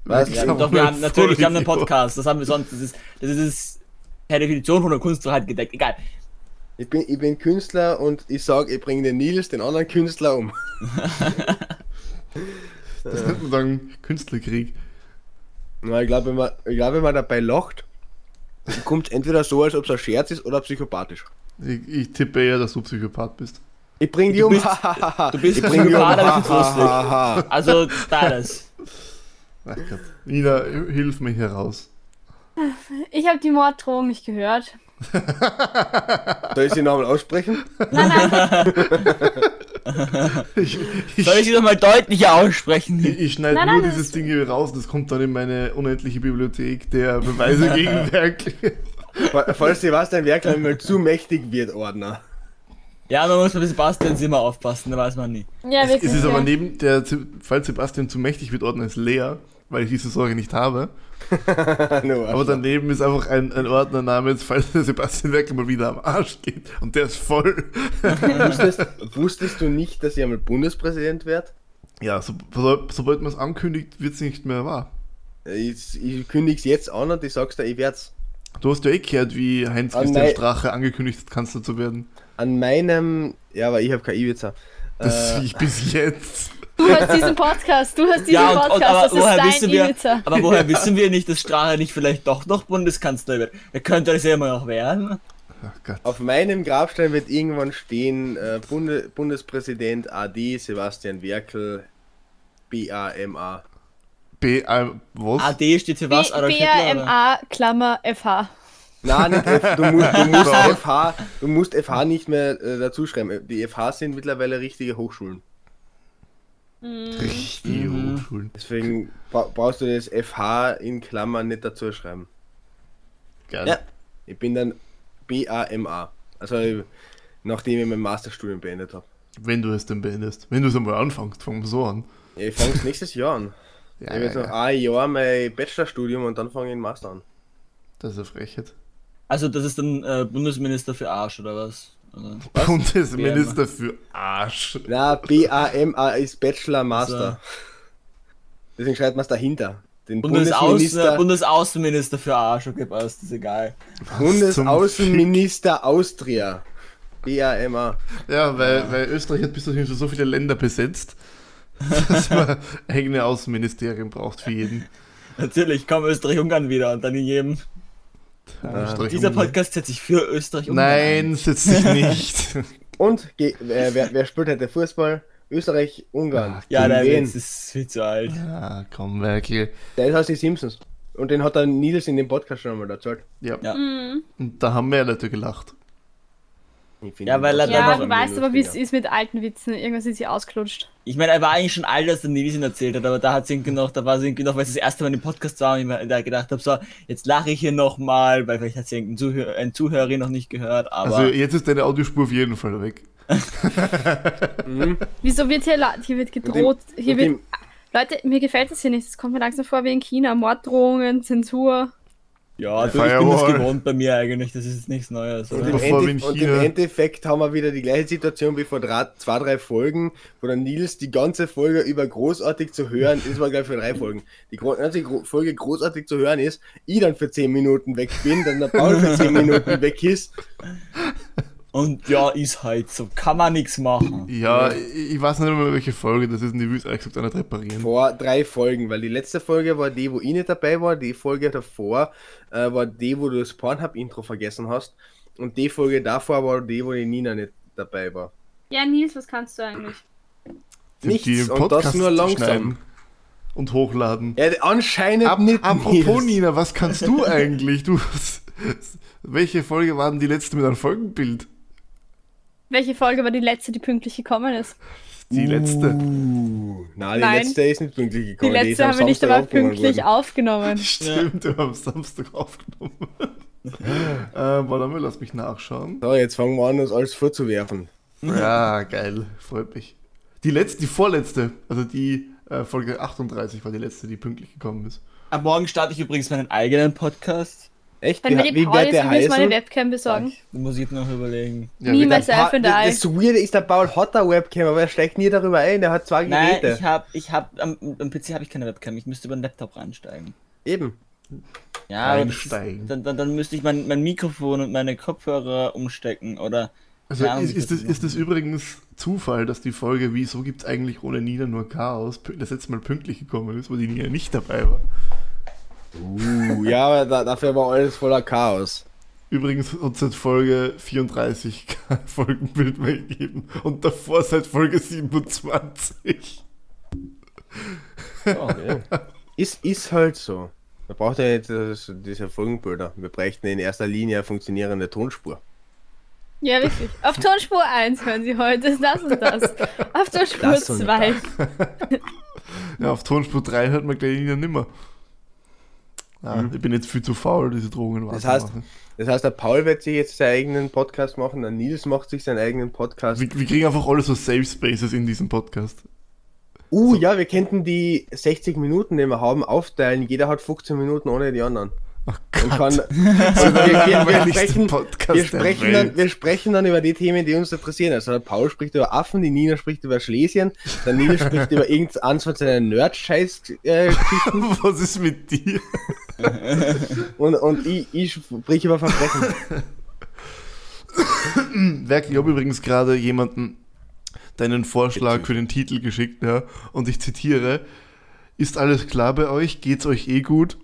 S4: Was?
S3: Ich
S4: Ja,
S3: sag
S2: Doch,
S3: mal,
S2: wir haben natürlich, wir haben einen
S3: Vollidiot.
S2: Podcast. Das haben wir sonst. Das ist, das ist per Definition von der Kunstrat halt gedeckt. Egal.
S4: Ich bin, ich bin Künstler und ich sag, ich bringe den Nils, den anderen Künstler um.
S3: Das nennt man dann Künstlerkrieg.
S4: Na, ich glaube, wenn, man- ich glaub, wenn man dabei lacht, kommt entweder so, als ob es ein Scherz ist oder psychopathisch.
S3: Ich, ich tippe eher, dass du Psychopath bist.
S4: Ich bring die
S2: Du
S4: um.
S2: bist-
S4: du
S2: bist
S4: ich bring die um.
S2: Psychopath, aber ich find's lustig.
S4: ha, ha.
S2: Also, beides.
S3: Ach Gott. Nina, hilf mir hier raus.
S5: Ich habe die Morddrohung nicht gehört.
S4: Soll ich sie nochmal aussprechen?
S3: Ich, ich,
S2: Soll ich sie nochmal deutlicher aussprechen?
S3: ich, ich schneide
S5: Nein,
S3: nur
S5: nein,
S3: dieses Ding hier raus, das kommt dann in meine unendliche Bibliothek der Beweise gegen Werk.
S4: Fa- Falls dir was dein Werk einmal zu mächtig wird, Ordner.
S2: Ja, man muss bei Sebastians immer aufpassen, da weiß man nie.
S5: Ja,
S3: Es,
S5: wirklich.
S3: es ist
S5: ja.
S3: aber neben der, falls Sebastian zu mächtig wird, Ordner ist leer, weil ich diese Sorge nicht habe.
S4: Nur
S3: Aber
S4: Arschloch.
S3: daneben ist einfach ein, ein Ordnername, jetzt, falls der Sebastian Werkel mal wieder am Arsch steht. Und der ist voll.
S4: wusstest, wusstest du nicht, dass ich einmal Bundespräsident werde?
S3: Ja, so, so, sobald man es ankündigt, wird es nicht mehr wahr.
S4: Ich, ich kündige es jetzt an und ich sag's dir, ich werd's.
S3: Du hast ja eh gehört, wie
S2: Ah,
S3: Heinz-Christian
S4: nein.
S3: Strache angekündigt hat, Kanzler zu werden.
S4: An meinem. Ja, aber ich habe kein Ibiza. Äh,
S3: Das ich bis jetzt.
S5: Du hast diesen Podcast, du hast diesen
S2: Ja, und,
S5: Podcast,
S2: und, aber,
S5: das
S2: woher
S5: ist
S2: wissen
S5: dein
S2: wir,
S5: Ibiza.
S2: aber woher wissen wir nicht, dass Strache nicht vielleicht doch noch Bundeskanzler wird? Er könnte das ja immer noch werden.
S3: Oh Gott.
S4: Auf meinem Grabstein wird irgendwann stehen äh, Bunde, Bundespräsident AD Sebastian Werkel BAMA.
S3: B, äh, was?
S2: AD steht für was? Adolf Hitler, oder?
S5: BAMA, Klammer, FH.
S4: Nein, nicht F, du musst, du musst FH, du musst FH nicht mehr äh, dazu schreiben. Die FH sind mittlerweile richtige Hochschulen.
S3: Richtige Hochschulen.
S4: Deswegen bra brauchst du das FH in Klammern nicht dazu schreiben.
S3: Geil.
S4: Ja. Ich bin dann BAMA. Also ich- nachdem ich mein Masterstudium beendet habe.
S3: Wenn du es denn beendest. Wenn du es einmal anfängst, fang mal so an.
S4: Ich fange nächstes Jahr an.
S3: Ja,
S4: ich habe
S3: ja,
S4: jetzt noch
S3: ja.
S4: ein Jahr mein Bachelorstudium und dann fange ich den Master an.
S3: Das ist eine Frechheit.
S2: Also das ist dann äh, Bundesminister für Arsch oder was? Oder?
S3: Bundesminister für Arsch.
S4: Na, BAMA ist Bachelor Master. Deswegen schreibt man es dahinter. Den
S2: Bundesaußen, äh,
S4: Bundesminister,
S2: Bundesaußenminister für Arsch, okay, passt, ist egal.
S4: Bundesaußenminister Austria. BAMA.
S3: Ja, weil, weil Österreich hat bis dahin schon so viele Länder besetzt, dass man eigene Außenministerien braucht für jeden.
S2: Natürlich, komm Österreich-Ungarn wieder und dann in jedem.
S3: Österreich
S2: Dieser
S3: Ungarn.
S2: Podcast setzt sich für Österreich-Ungarn ein.
S3: Nein, setz dich nicht.
S4: Und ge- wer, wer, wer spielt heute Fußball? Österreich, Ungarn.
S2: Ja,
S4: Gegen
S2: der
S4: wen?
S2: Witz ist viel zu alt.
S3: ah, komm, Merkel.
S4: Der ist aus den Simpsons. Und den hat der Nils in dem Podcast schon einmal erzählt.
S3: Ja.
S2: Ja.
S3: Und da haben wir Leute gelacht.
S4: Ich find
S2: Ja,
S4: ihn
S2: weil er
S4: auch
S2: dann
S5: Ja,
S2: noch
S5: du
S4: irgendwie
S5: weißt aber, wie es
S4: lustiger.
S5: ist mit alten Witzen. Irgendwas ist hier ausgelutscht.
S2: Ich meine, er war eigentlich schon alt, als der Nils ihn erzählt hat, aber da hat irgendwie noch, da war irgendwie noch, weil es das erste Mal im Podcast war und ich mir da gedacht habe, so, jetzt lache ich hier nochmal, weil vielleicht hat sie irgendein Zuhör ein Zuhörer noch nicht gehört, aber.
S3: Also jetzt ist deine Audiospur auf jeden Fall weg.
S5: Wieso wird hier, la- hier wird gedroht? Hier
S4: und
S5: wird,
S4: dem-
S5: Leute, mir gefällt das hier nicht. Es kommt mir langsam vor wie in China. Morddrohungen, Zensur.
S2: ja, du, ich bin das
S3: Firewall. Also,
S2: gewohnt bei mir eigentlich, das ist jetzt nichts Neues.
S4: Und
S2: Oder?
S4: im,
S3: Bevor wir in
S4: Endeff- und
S3: China-
S4: im Endeffekt haben wir wieder die gleiche Situation wie vor drei, zwei, drei Folgen, wo der Nils die ganze Folge über großartig zu hören ist, war gleich für drei Folgen. Die gro- ganze Gro Folge großartig zu hören ist, ich dann für zehn Minuten weg bin, dann der Paul für zehn Minuten weg ist.
S2: Und ja, ist halt so, kann man nichts machen.
S3: Ja, ich, ich weiß nicht mehr, welche Folge das ist. Und ich will es ehrlich gesagt auch nicht reparieren.
S4: Vor drei Folgen, weil die letzte Folge war die, wo ich nicht dabei war, die Folge davor äh, war die, wo du das Pornhub-Intro vergessen hast und die Folge davor war die, wo die Nina nicht dabei war.
S5: Ja, Nils, was kannst du eigentlich?
S4: Nichts
S3: Die
S4: und das
S3: Podcasts
S4: nur langsam.
S3: schneiden Und hochladen.
S4: Ja, anscheinend
S3: Ap
S4: nicht.
S3: apropos,
S4: Nils.
S3: Nina, was kannst du eigentlich? Du, welche Folge war denn die letzte mit einem Folgenbild?
S5: Welche Folge war die letzte, die pünktlich gekommen ist?
S3: Die letzte.
S4: Uh. Nein, die
S5: Nein.
S4: letzte ist nicht pünktlich
S5: Die
S4: gekommen. ist
S5: letzte
S4: am
S5: haben wir nicht
S4: Samstag
S5: aber
S4: aufgenommen
S5: pünktlich
S4: worden.
S5: aufgenommen.
S3: Stimmt, wir haben am Samstag aufgenommen. äh, warte mal, lass mich nachschauen.
S4: So, jetzt fangen wir an, uns alles vorzuwerfen.
S3: Ja, geil, freut mich. Die letzte, die vorletzte, also die äh, Folge 38 war die letzte, die pünktlich gekommen ist.
S2: Am Morgen starte ich übrigens meinen eigenen Podcast.
S4: Echt?
S5: Wenn wir
S4: Wie-
S5: die
S4: wie
S5: Paul
S4: wird
S5: jetzt
S4: der
S5: übrigens mal eine
S4: heißen?
S5: Webcam besorgen.
S2: Da muss ich jetzt noch überlegen.
S3: Ja,
S5: Nie
S3: wie-
S5: mehr- Self
S4: Pa-
S5: and I.
S4: das Weirde ist, der Paul hat eine Webcam, aber er steigt nie darüber ein. Er hat zwei
S2: Nein,
S4: Geräte.
S2: ich hab, ich hab, am, am PC habe ich keine Webcam, ich müsste über den Laptop reinsteigen.
S4: Eben.
S2: Ja, aber das ist-
S3: Einsteigen.
S2: Dann, dann, dann müsste ich mein, mein Mikrofon und meine Kopfhörer umstecken oder.
S3: also
S2: Keine Ahnung,
S3: ist,
S2: wie
S3: ist,
S2: das
S3: das, ist das übrigens Zufall, dass die Folge Wieso gibt's eigentlich ohne Nina nur Chaos pü- das letzte Mal pünktlich gekommen ist, wo die Nina nicht dabei war?
S4: Uh, ja, aber da, dafür war alles voller Chaos.
S3: Übrigens hat seit Folge 34 kein Folgenbild mehr gegeben und davor seit Folge 27.
S4: Ist, ist halt so. Da braucht er jetzt das, diese Folgenbilder. Wir bräuchten in erster Linie eine funktionierende Tonspur.
S5: Ja, richtig. Auf Tonspur 1 hören Sie heute das und das. Auf Tonspur
S4: Das und
S5: 2.
S3: Ja, auf Tonspur 3 hört man gleich Nina nimmer. Ah, Ich bin jetzt viel zu faul, diese Drohungen
S4: Mhm. Das heißt, das heißt, der Paul wird sich jetzt seinen eigenen Podcast machen, der Nils macht sich seinen eigenen Podcast.
S3: wir, wir kriegen einfach alle so Safe Spaces in diesem Podcast.
S4: Uh, ja, wir könnten die 60 Minuten, die wir haben, aufteilen. Jeder hat 15 Minuten ohne die anderen.
S3: Ach
S4: Und kann,
S3: Oh Gott.
S4: und wir, wir, wir,
S3: Langweiligste
S4: sprechen,
S3: Podcast
S4: wir,
S3: der
S4: sprechen
S3: Welt.
S4: dann, wir sprechen dann über die Themen, die uns interessieren. Also der Paul spricht über Affen, die Nina spricht über Schlesien, der Nina spricht über irgendeinen von seinen Nerd-Scheiß-Geschichten äh, Geschichten
S3: Was ist mit dir?
S4: und, und ich, ich sprich über Verbrechen.
S3: Werk, ich habe übrigens gerade jemanden deinen Vorschlag für den Titel geschickt, ja, und ich zitiere: Ist alles klar bei euch? Geht's euch eh gut?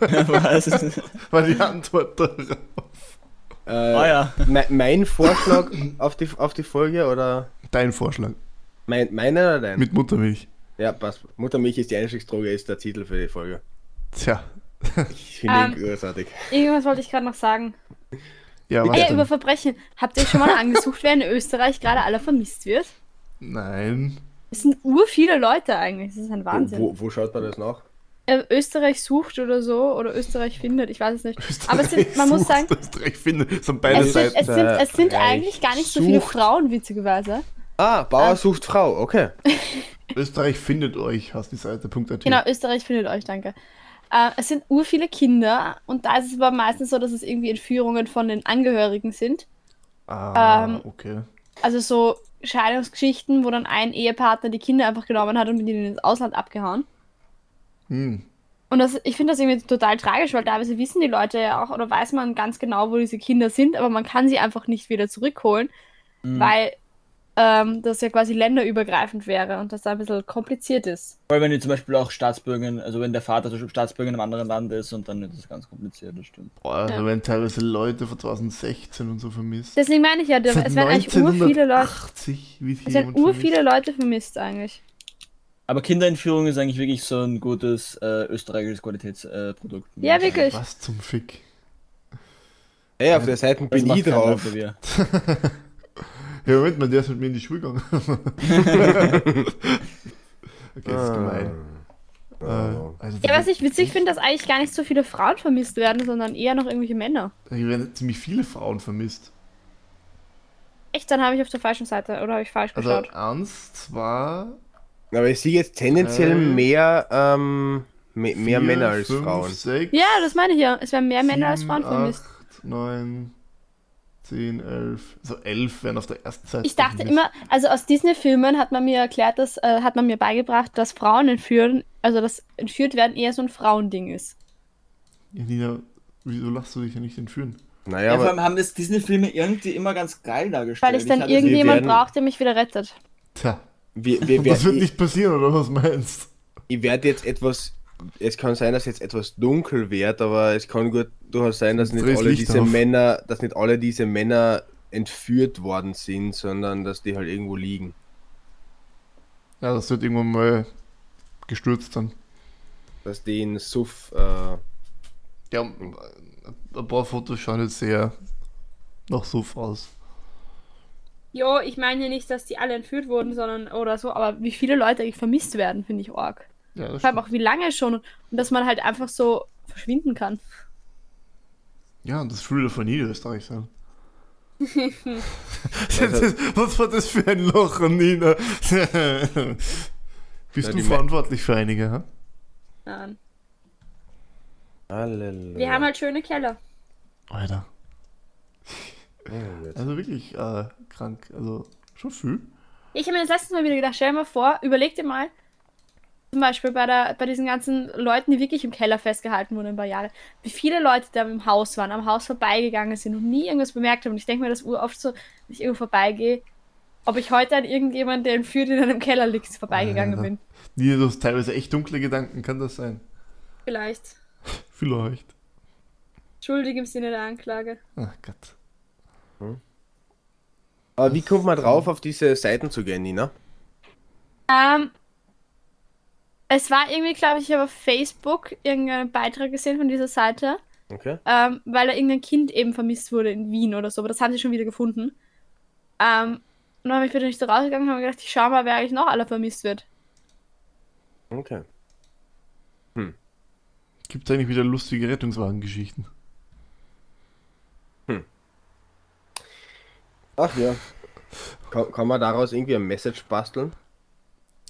S2: Was?
S3: War die Antwort darauf.
S4: Äh,
S2: Oh ja.
S4: me- mein Vorschlag auf die, auf die Folge oder
S3: Dein Vorschlag.
S4: mein, meine oder dein?
S3: Mit Muttermilch.
S4: Ja, passt. Muttermilch ist die Einstiegsdroge, ist der Titel für die Folge.
S3: Tja.
S4: Ich finde ihn
S5: Ähm,
S4: großartig.
S5: Irgendwas wollte ich gerade noch sagen.
S3: Ja,
S5: Ah,
S3: was
S5: ja,
S3: denn?
S5: über Verbrechen. Habt ihr schon mal angesucht, wer in Österreich gerade alle vermisst wird?
S3: Nein.
S5: Es sind ur viele Leute eigentlich. Das ist ein Wahnsinn.
S4: Wo, wo schaut man das nach?
S5: Äh, Österreich sucht oder so oder Österreich findet. Ich weiß es nicht. Aber es sind, man muss
S3: Österreich
S5: sagen,
S3: sucht, Österreich findet, es sind beide
S5: es sind,
S3: Seiten.
S5: es sind, es sind
S4: Österreich
S5: eigentlich gar nicht so viele
S4: sucht.
S5: Frauen, witzigerweise.
S4: Ah, Bauer sucht Frau, okay.
S3: Österreich findet euch, hast die Seite. Punkt .at.
S5: Genau, Österreich findet euch, danke. Äh, es sind ur viele Kinder und da ist es aber meistens so, dass es irgendwie Entführungen von den Angehörigen sind.
S3: Ah,
S5: ähm,
S3: okay.
S5: Also so Scheidungsgeschichten, wo dann ein Ehepartner die Kinder einfach genommen hat und mit ihnen ins Ausland abgehauen.
S3: Hm.
S5: Und das, ich finde das irgendwie total tragisch, weil teilweise wissen die Leute ja auch oder weiß man ganz genau, wo diese Kinder sind, aber man kann sie einfach nicht wieder zurückholen, weil ähm, das ja quasi länderübergreifend wäre und das da ein bisschen kompliziert ist.
S2: Weil wenn die zum Beispiel auch Staatsbürgerin, also wenn der Vater zum Beispiel Staatsbürger in einem anderen Land ist und dann ist das ganz kompliziert, das stimmt.
S3: Boah, da werden teilweise Leute von 2016 und so vermisst.
S5: Deswegen meine ich ja, da- es werden eigentlich ur viele Leute,
S3: 1980 wird hier
S5: es werden
S3: jemand
S5: ur
S3: vermisst.
S5: viele Leute vermisst eigentlich.
S2: Aber Kinderentführung ist eigentlich wirklich so ein gutes äh, österreichisches Qualitätsprodukt. Äh, Produkt.
S5: Ja, wirklich.
S3: Was zum Fick?
S4: Hey, auf der Seite
S2: Das
S4: bin
S2: macht
S4: ich
S2: kein Land
S4: drauf.
S2: bei mir.
S3: Ja, Moment mal, der ist mit mir in die Schule gegangen. okay, das
S4: Ah.
S3: ist gemein. Äh, also
S5: Ja, was ich witzig finde, dass eigentlich gar nicht so viele Frauen vermisst werden, sondern eher noch irgendwelche Männer.
S3: Hier werden ziemlich viele Frauen vermisst.
S5: Echt, dann habe ich auf der falschen Seite oder habe ich falsch
S3: Also
S5: geschaut.
S3: eins, zwei,
S4: Aber ich sehe jetzt tendenziell
S3: Äh,
S4: mehr, ähm, me mehr
S3: vier,
S4: Männer als
S3: fünf,
S4: Frauen.
S3: Sechs,
S5: Ja, das meine ich ja. Es werden mehr Männer als
S3: sieben,
S5: Frauen vermisst.
S3: Acht, neun, zehn, elf. Also elf werden auf der ersten Seite.
S5: Ich dachte
S3: vermisst.
S5: immer, also aus Disney-Filmen hat man mir erklärt, dass, äh, hat man mir beigebracht, dass Frauen entführen, also dass entführt werden eher so ein Frauending ist.
S3: Ja, Nina, wieso lachst du dich ja nicht entführen?
S4: Naja,
S2: Ja, vor
S4: aber
S2: allem haben das Disney-Filme irgendwie immer ganz geil dargestellt.
S5: Weil ich dann
S2: hatte das-
S5: irgendjemand
S4: werden-
S5: brauche, der mich wieder rettet.
S3: Tja.
S4: wir, wir,
S3: Und das
S4: wir,
S3: wird
S4: ich,
S3: nicht passieren, oder was meinst
S4: ich werde jetzt etwas, es kann sein, dass jetzt etwas dunkel wird, aber es kann gut durchaus sein, dass nicht
S3: Dreh's
S4: alle
S3: Licht
S4: diese
S3: auf.
S4: Männer, dass nicht alle diese Männer entführt worden sind, sondern dass die halt irgendwo liegen.
S3: Ja, das wird irgendwann mal gestürzt dann.
S4: Dass die in Suff, äh,
S3: Ja, äh, ein paar Fotos schauen jetzt sehr nach Suff aus.
S5: Jo, ich meine ja nicht, dass die alle entführt wurden, sondern oder so, aber wie viele Leute eigentlich vermisst werden, finde ich arg.
S3: Ja, das
S5: Vor allem auch wie lange schon und, und dass man halt einfach so verschwinden kann.
S3: Ja, und das Gefühl darf von Niederösterreich sein. das, was war das für ein Loch, Nina? Bist
S4: Na,
S3: du
S4: die
S3: verantwortlich für einige, ha?
S5: Nein.
S4: Halleluja.
S5: halt schöne Keller.
S3: Alter.
S4: halt-
S3: Also wirklich äh, krank. Also schon viel.
S5: Ich habe mir das letztes Mal wieder gedacht, stell dir mal vor, überleg dir mal, zum Beispiel bei, der, bei diesen ganzen Leuten, die wirklich im Keller festgehalten wurden ein paar Jahre, wie viele Leute da im Haus waren, am Haus vorbeigegangen sind und nie irgendwas bemerkt haben. Und ich denke mir das oft so, wenn ich irgendwo vorbeigehe, ob ich heute an irgendjemanden, der entführt in einem Keller liegt, vorbeigegangen
S3: Alter.
S5: bin.
S3: Nina, du hast teilweise echt dunkle Gedanken, kann das sein?
S5: Vielleicht.
S3: Vielleicht.
S5: Schuldig im Sinne der Anklage.
S3: Ach Gott.
S4: Aber wie kommt man drauf, auf diese Seiten zu gehen, Nina?
S5: Ähm, es war irgendwie, glaube ich, über Facebook irgendeinen Beitrag gesehen von dieser Seite.
S4: Okay.
S5: ähm, weil da irgendein Kind eben vermisst wurde in Wien oder so, aber das haben sie schon wieder gefunden. Ähm, und dann habe ich wieder nicht so rausgegangen und habe mir gedacht, ich schau mal, wer eigentlich noch alle vermisst wird.
S4: Okay.
S3: Gibt eigentlich wieder lustige Rettungswagengeschichten?
S4: Ach ja. Kann, kann man daraus irgendwie ein Message basteln?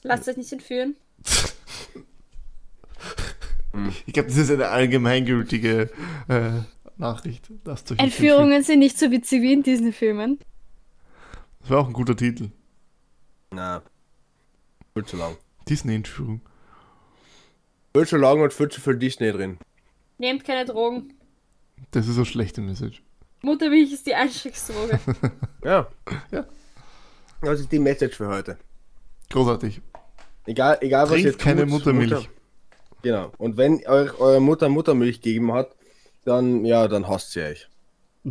S5: Lasst euch nicht entführen.
S3: Ich glaube, das ist eine allgemeingültige äh, Nachricht. Lasst euch nicht
S5: Entführungen sind nicht so witzig wie in Disney-Filmen.
S3: entführen. Das war auch ein guter Titel.
S4: Na. Viel zu lang.
S3: Disney-Entführung.
S4: Viel zu lang und viel zu viel Disney drin.
S5: Nehmt keine Drogen.
S3: Das ist eine schlechte Message.
S5: Muttermilch ist die Einstiegsdroge.
S4: Ja.
S3: Ja.
S4: Das ist die Message für heute.
S3: Großartig.
S4: Egal, egal was ihr
S3: Trinkt
S4: tut,
S3: keine Muttermilch.
S4: Mutter- genau. Und wenn euch eure Mutter Muttermilch gegeben hat, dann, ja, dann hasst sie euch. Na,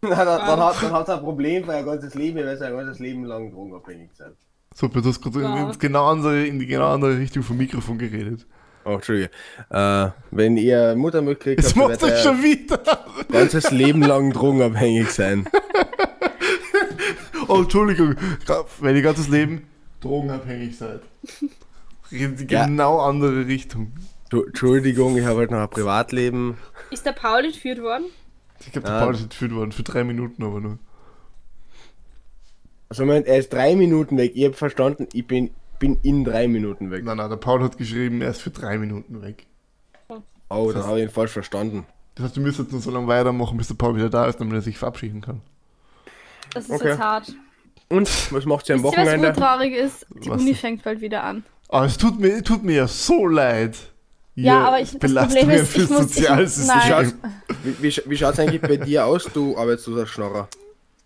S4: dann, dann, hat, dann hat er ein Problem für ihr ganzes Leben, ihr werdet sein ganzes Leben lang drogenabhängig sein.
S3: Super, du hast gerade in,
S5: Wow.
S3: ins genau andere, in die genau andere Richtung vom Mikrofon geredet.
S4: Oh, Entschuldige. Äh, wenn ihr Muttermilch kriegt,
S3: Jetzt
S4: habt,
S3: macht
S4: ihr
S3: das
S4: werdet
S3: schon
S4: ihr
S3: wieder.
S4: ganzes Leben lang drogenabhängig sein.
S3: Oh, Entschuldigung. Wenn ihr ganzes Leben drogenabhängig seid. Reden die
S4: Ja.
S3: genau andere Richtung.
S4: Tu- Entschuldigung, ich habe halt noch ein Privatleben.
S5: ist der Paul entführt worden?
S3: Ich glaube, der
S4: Ah.
S3: Paul ist entführt worden. Für drei Minuten aber nur.
S4: Also Moment, er ist drei Minuten weg. Ihr habt verstanden, ich bin, bin in drei Minuten weg.
S3: Nein, nein, der Paul hat geschrieben, er ist für drei Minuten weg.
S4: Oh, dann habe ich ihn falsch verstanden.
S3: Das heißt, wir müssen jetzt nur so lange weitermachen, bis der Paul wieder da ist, damit er sich verabschieden kann.
S5: Das ist
S4: Okay.
S5: jetzt hart.
S4: Und, was macht ihr am
S5: Wisst ihr, was
S4: Wochenende?
S5: urtraurig ist? Die
S3: Was?
S5: Uni fängt bald wieder an.
S3: Aber es tut mir, tut mir ja so leid.
S5: Ja, aber ich- das Problem
S3: mir
S5: ist, ich muss- ich- nein.
S3: Sozialsystem.
S4: Wie, wie, sch- wie schaut es eigentlich bei dir aus, du arbeitsloser Schnorrer?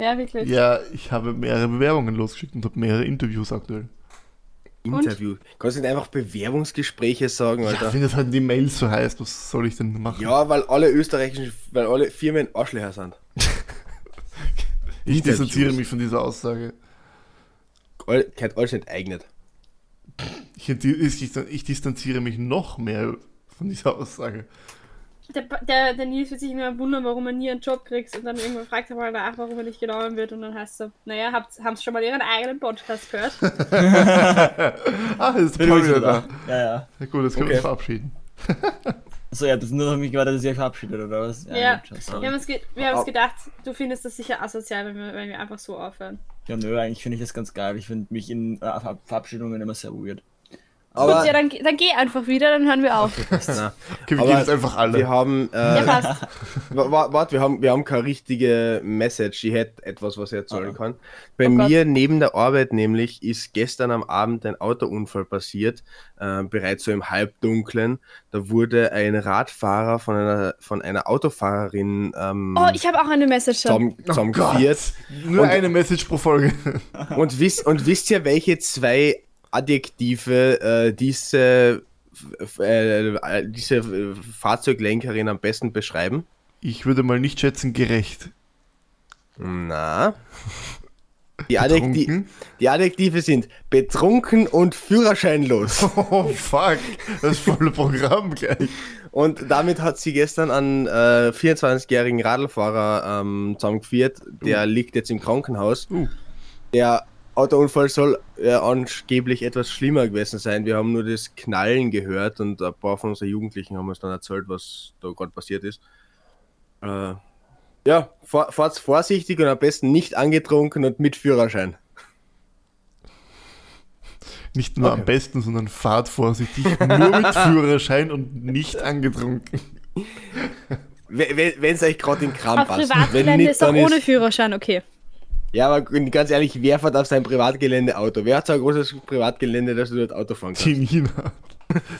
S5: Ja, wirklich.
S3: Ja, ich habe mehrere Bewerbungen losgeschickt und habe mehrere Interviews aktuell.
S4: Interview. Kannst du nicht einfach Bewerbungsgespräche sagen,
S3: Ja,
S4: Alter?
S3: wenn das halt in die Mail so heißt, was soll ich denn machen?
S4: Ja, weil alle österreichischen, weil alle Firmen Arschlöcher sind.
S3: ich
S4: Interviews.
S3: distanziere mich von dieser Aussage.
S4: All, kein alles nicht eignet.
S3: Ich, ich, ich, ich distanziere mich noch mehr von dieser Aussage.
S5: Der, Pa- der, der Nils wird sich immer wundern, warum er nie einen Job kriegt und dann irgendwann fragt er mal nach, warum er nicht genommen wird und dann heißt er, naja, habt, haben schon mal ihren eigenen Podcast gehört?
S3: Ah, jetzt ist
S2: Bin
S3: Paul
S2: ich wieder
S3: wieder da.
S2: Ja, ja.
S3: Na gut, jetzt können wir
S4: Okay.
S3: uns verabschieden.
S2: Achso, ja, das nur auf mich gewartet, dass ihr euch verabschiedet, oder was?
S5: Ja.
S2: gut,
S5: Wir haben
S2: sorry.
S5: uns, ge wir haben uns gedacht, du findest das sicher asozial, wenn wir, wenn wir einfach so aufhören.
S2: ja, nö, eigentlich finde ich das ganz geil. Ich finde mich in äh, Ver- Verabschiedungen immer sehr
S5: Hm,
S2: weird.
S4: Aber,
S5: Gut, ja, dann, dann geh einfach wieder, dann hören wir auf.
S4: na,
S3: Okay, wir
S4: Aber
S3: gehen jetzt einfach alle.
S4: wir haben,
S5: Ja,
S4: äh,
S5: passt.
S4: wa- wa- warte, wir haben, wir haben keine richtige Message. Ich hätte etwas, was ich erzählen
S2: Ah.
S4: kann. Bei
S5: Oh Gott.
S4: mir neben der Arbeit nämlich ist gestern am Abend ein Autounfall passiert, äh, bereits so im Halbdunklen. Da wurde ein Radfahrer von einer, von einer Autofahrerin ähm,
S5: Oh, ich habe auch eine Message schon.
S4: zusammen- zusammengeführt.
S3: Nur
S4: Und-
S3: eine Message pro Folge.
S4: Und wisst, und wisst ihr, welche zwei Adjektive äh, diese, f- äh, diese Fahrzeuglenkerin am besten beschreiben?
S3: Ich würde mal nicht schätzen, gerecht.
S4: Na? Die, Adjekti
S3: Trunken.
S4: die Adjektive sind betrunken und führerscheinlos.
S3: Oh fuck, das volle Programm gleich.
S4: Und damit hat sie gestern einen äh, 24-jährigen Radlfahrer ähm, zusammengeführt. Der liegt jetzt im Krankenhaus.
S3: Uh.
S4: Der Autounfall soll äh, angeblich etwas schlimmer gewesen sein. Wir haben nur das Knallen gehört und ein paar von unseren Jugendlichen haben uns dann erzählt, was da gerade passiert ist. Äh, ja, fahr, fahrt vorsichtig und am besten nicht angetrunken und mit Führerschein.
S3: Nicht nur am besten, sondern fahrt vorsichtig. Nur mit Führerschein und nicht angetrunken.
S4: Wenn es euch gerade in den Kram
S5: Auf
S4: passt.
S5: Privatgelände ist auch ohne Führerschein okay.
S4: Ja, aber ganz ehrlich, wer fährt auf sein Privatgelände Auto? Wer hat so ein großes Privatgelände, dass du dort Auto fahren
S3: Die
S4: kannst?
S3: Nina.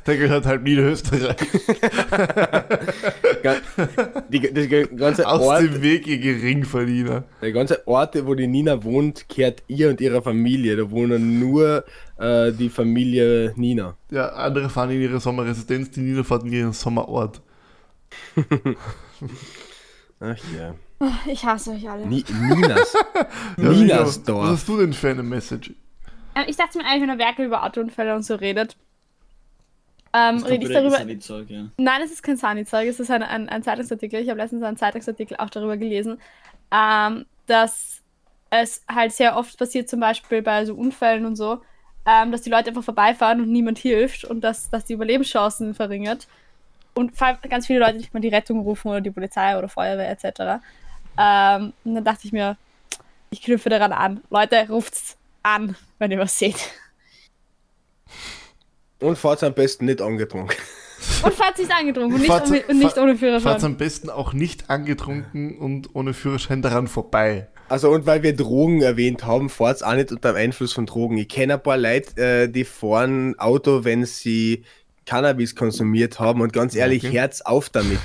S3: Der gehört halb Niederösterreich.
S4: Ga- Die, das ge- ganze
S3: Aus
S4: Ort,
S3: dem Weg, ihr Geringverdiener.
S4: der ganze Ort, wo die Nina wohnt, kehrt ihr und ihrer Familie. Da wohnen nur äh, die Familie Nina.
S3: Ja, andere fahren in ihre Sommerresidenz, die Nina fährt in ihren Sommerort.
S4: Ach ja.
S5: Ich hasse euch alle.
S4: Ni Ninas.
S3: Ja, Nina, was
S4: Ninasdorf.
S3: hast du denn für eine Message?
S5: Ähm, ich dachte mir eigentlich, wenn der Werkel über Autounfälle und so redet, ähm, rede ich darüber.
S2: Zeug, ja.
S5: Nein, es ist kein Sani-Zeug, es ist ein, ein, ein Zeitungsartikel. Ich habe letztens einen Zeitungsartikel auch darüber gelesen, ähm, dass es halt sehr oft passiert, zum Beispiel bei so Unfällen und so, ähm, dass die Leute einfach vorbeifahren und niemand hilft und dass, dass die Überlebenschancen verringert. Und vor allem ganz viele Leute nicht mal die Rettung rufen oder die Polizei oder Feuerwehr etc. Ähm, und dann dachte ich mir, ich knüpfe daran an. Leute, ruft's an, wenn ihr was seht.
S4: Und fahrt am besten nicht angetrunken.
S5: Und fahrt nicht angetrunken und nicht,
S3: Fahrt's-
S5: ohne, und nicht
S3: fahr-
S5: ohne
S3: Fahrt
S5: Führerschein.
S3: am besten auch nicht angetrunken und ohne Führerschein daran vorbei.
S4: Also, und weil wir Drogen erwähnt haben, fahrt's auch nicht unter dem Einfluss von Drogen. Ich kenne ein paar Leute, äh, die fahren Auto, wenn sie Cannabis konsumiert haben und ganz ehrlich,
S3: Okay.
S4: Herz auf damit.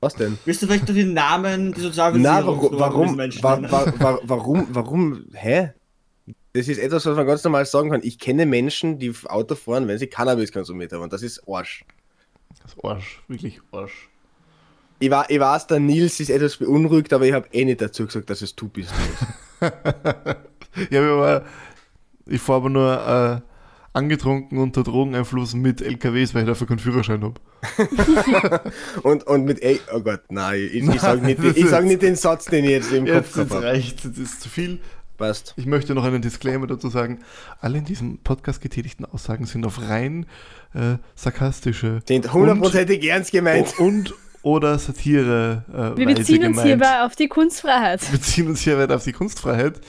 S4: Was denn?
S2: Willst du vielleicht noch den Namen die
S4: Na,
S2: Sozialversicherung
S4: warum, warum,
S2: Menschen
S4: wa,
S2: nennen?
S4: wa, wa, warum, warum, hä? Das ist etwas, was man ganz normal sagen kann. Ich kenne Menschen, die Auto fahren, wenn sie Cannabis konsumiert haben. Und das ist Arsch.
S3: Das ist Arsch, wirklich Arsch.
S4: Ich, wa- ich weiß, der Nils ist etwas beunruhigt, aber ich habe eh nicht dazu gesagt, dass es du bist. Nils.
S3: Ja, aber ich fahre aber nur äh, angetrunken unter Drogeneinfluss mit LKWs, weil ich dafür keinen Führerschein habe.
S4: Und, und mit, ey, oh Gott, nein, ich, ich sage nicht,
S3: das
S4: ich sag
S3: ist-
S4: nicht den Satz, den ich jetzt im Kopf habe.
S3: reicht, jetzt ist zu viel.
S4: Passt.
S3: Ich möchte noch einen Disclaimer dazu sagen. Alle in diesem Podcast getätigten Aussagen sind auf rein äh, sarkastische
S4: Sind hundertprozentig ernst gemeint.
S3: und, und oder Satire äh,
S5: Wir
S3: Weise
S5: beziehen uns
S3: gemeint.
S5: hierbei auf die Kunstfreiheit.
S3: Wir beziehen uns hierbei auf die Kunstfreiheit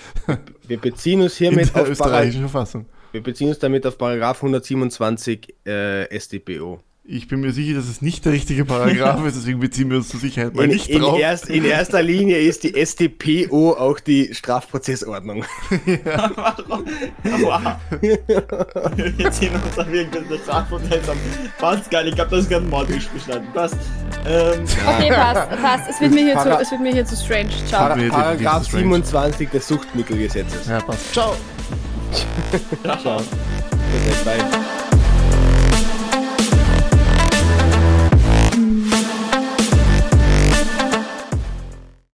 S4: Wir beziehen uns
S3: Oh. in der
S4: hiermit auf, Para
S3: österreichischen Verfassung.
S4: wir beziehen uns damit auf Paragraph 127 äh, StPO.
S3: Ich bin mir sicher, dass es nicht der richtige Paragraph ist, deswegen beziehen wir uns zur Sicherheit mal
S4: In,
S3: nicht
S4: in,
S3: drauf.
S4: erst, in erster Linie ist die StPO auch die Strafprozessordnung.
S2: Warum? Aua. Wir ziehen uns auf irgendeine Strafprozess an. Passt geil, ich glaube, das ist gerade ein Mord gestanden. Passt. Ähm,
S5: Okay, passt, passt. Es wird mir hier, zu,
S4: Para-
S5: es wird mir hier zu strange. Ciao.
S3: Para-
S4: Par
S3: Nee, die- die
S4: Paragraph
S3: ist strange.
S4: 27 des Suchtmittelgesetzes.
S3: Ja, passt. Ciao.
S2: ciao.
S4: Das heißt, bei-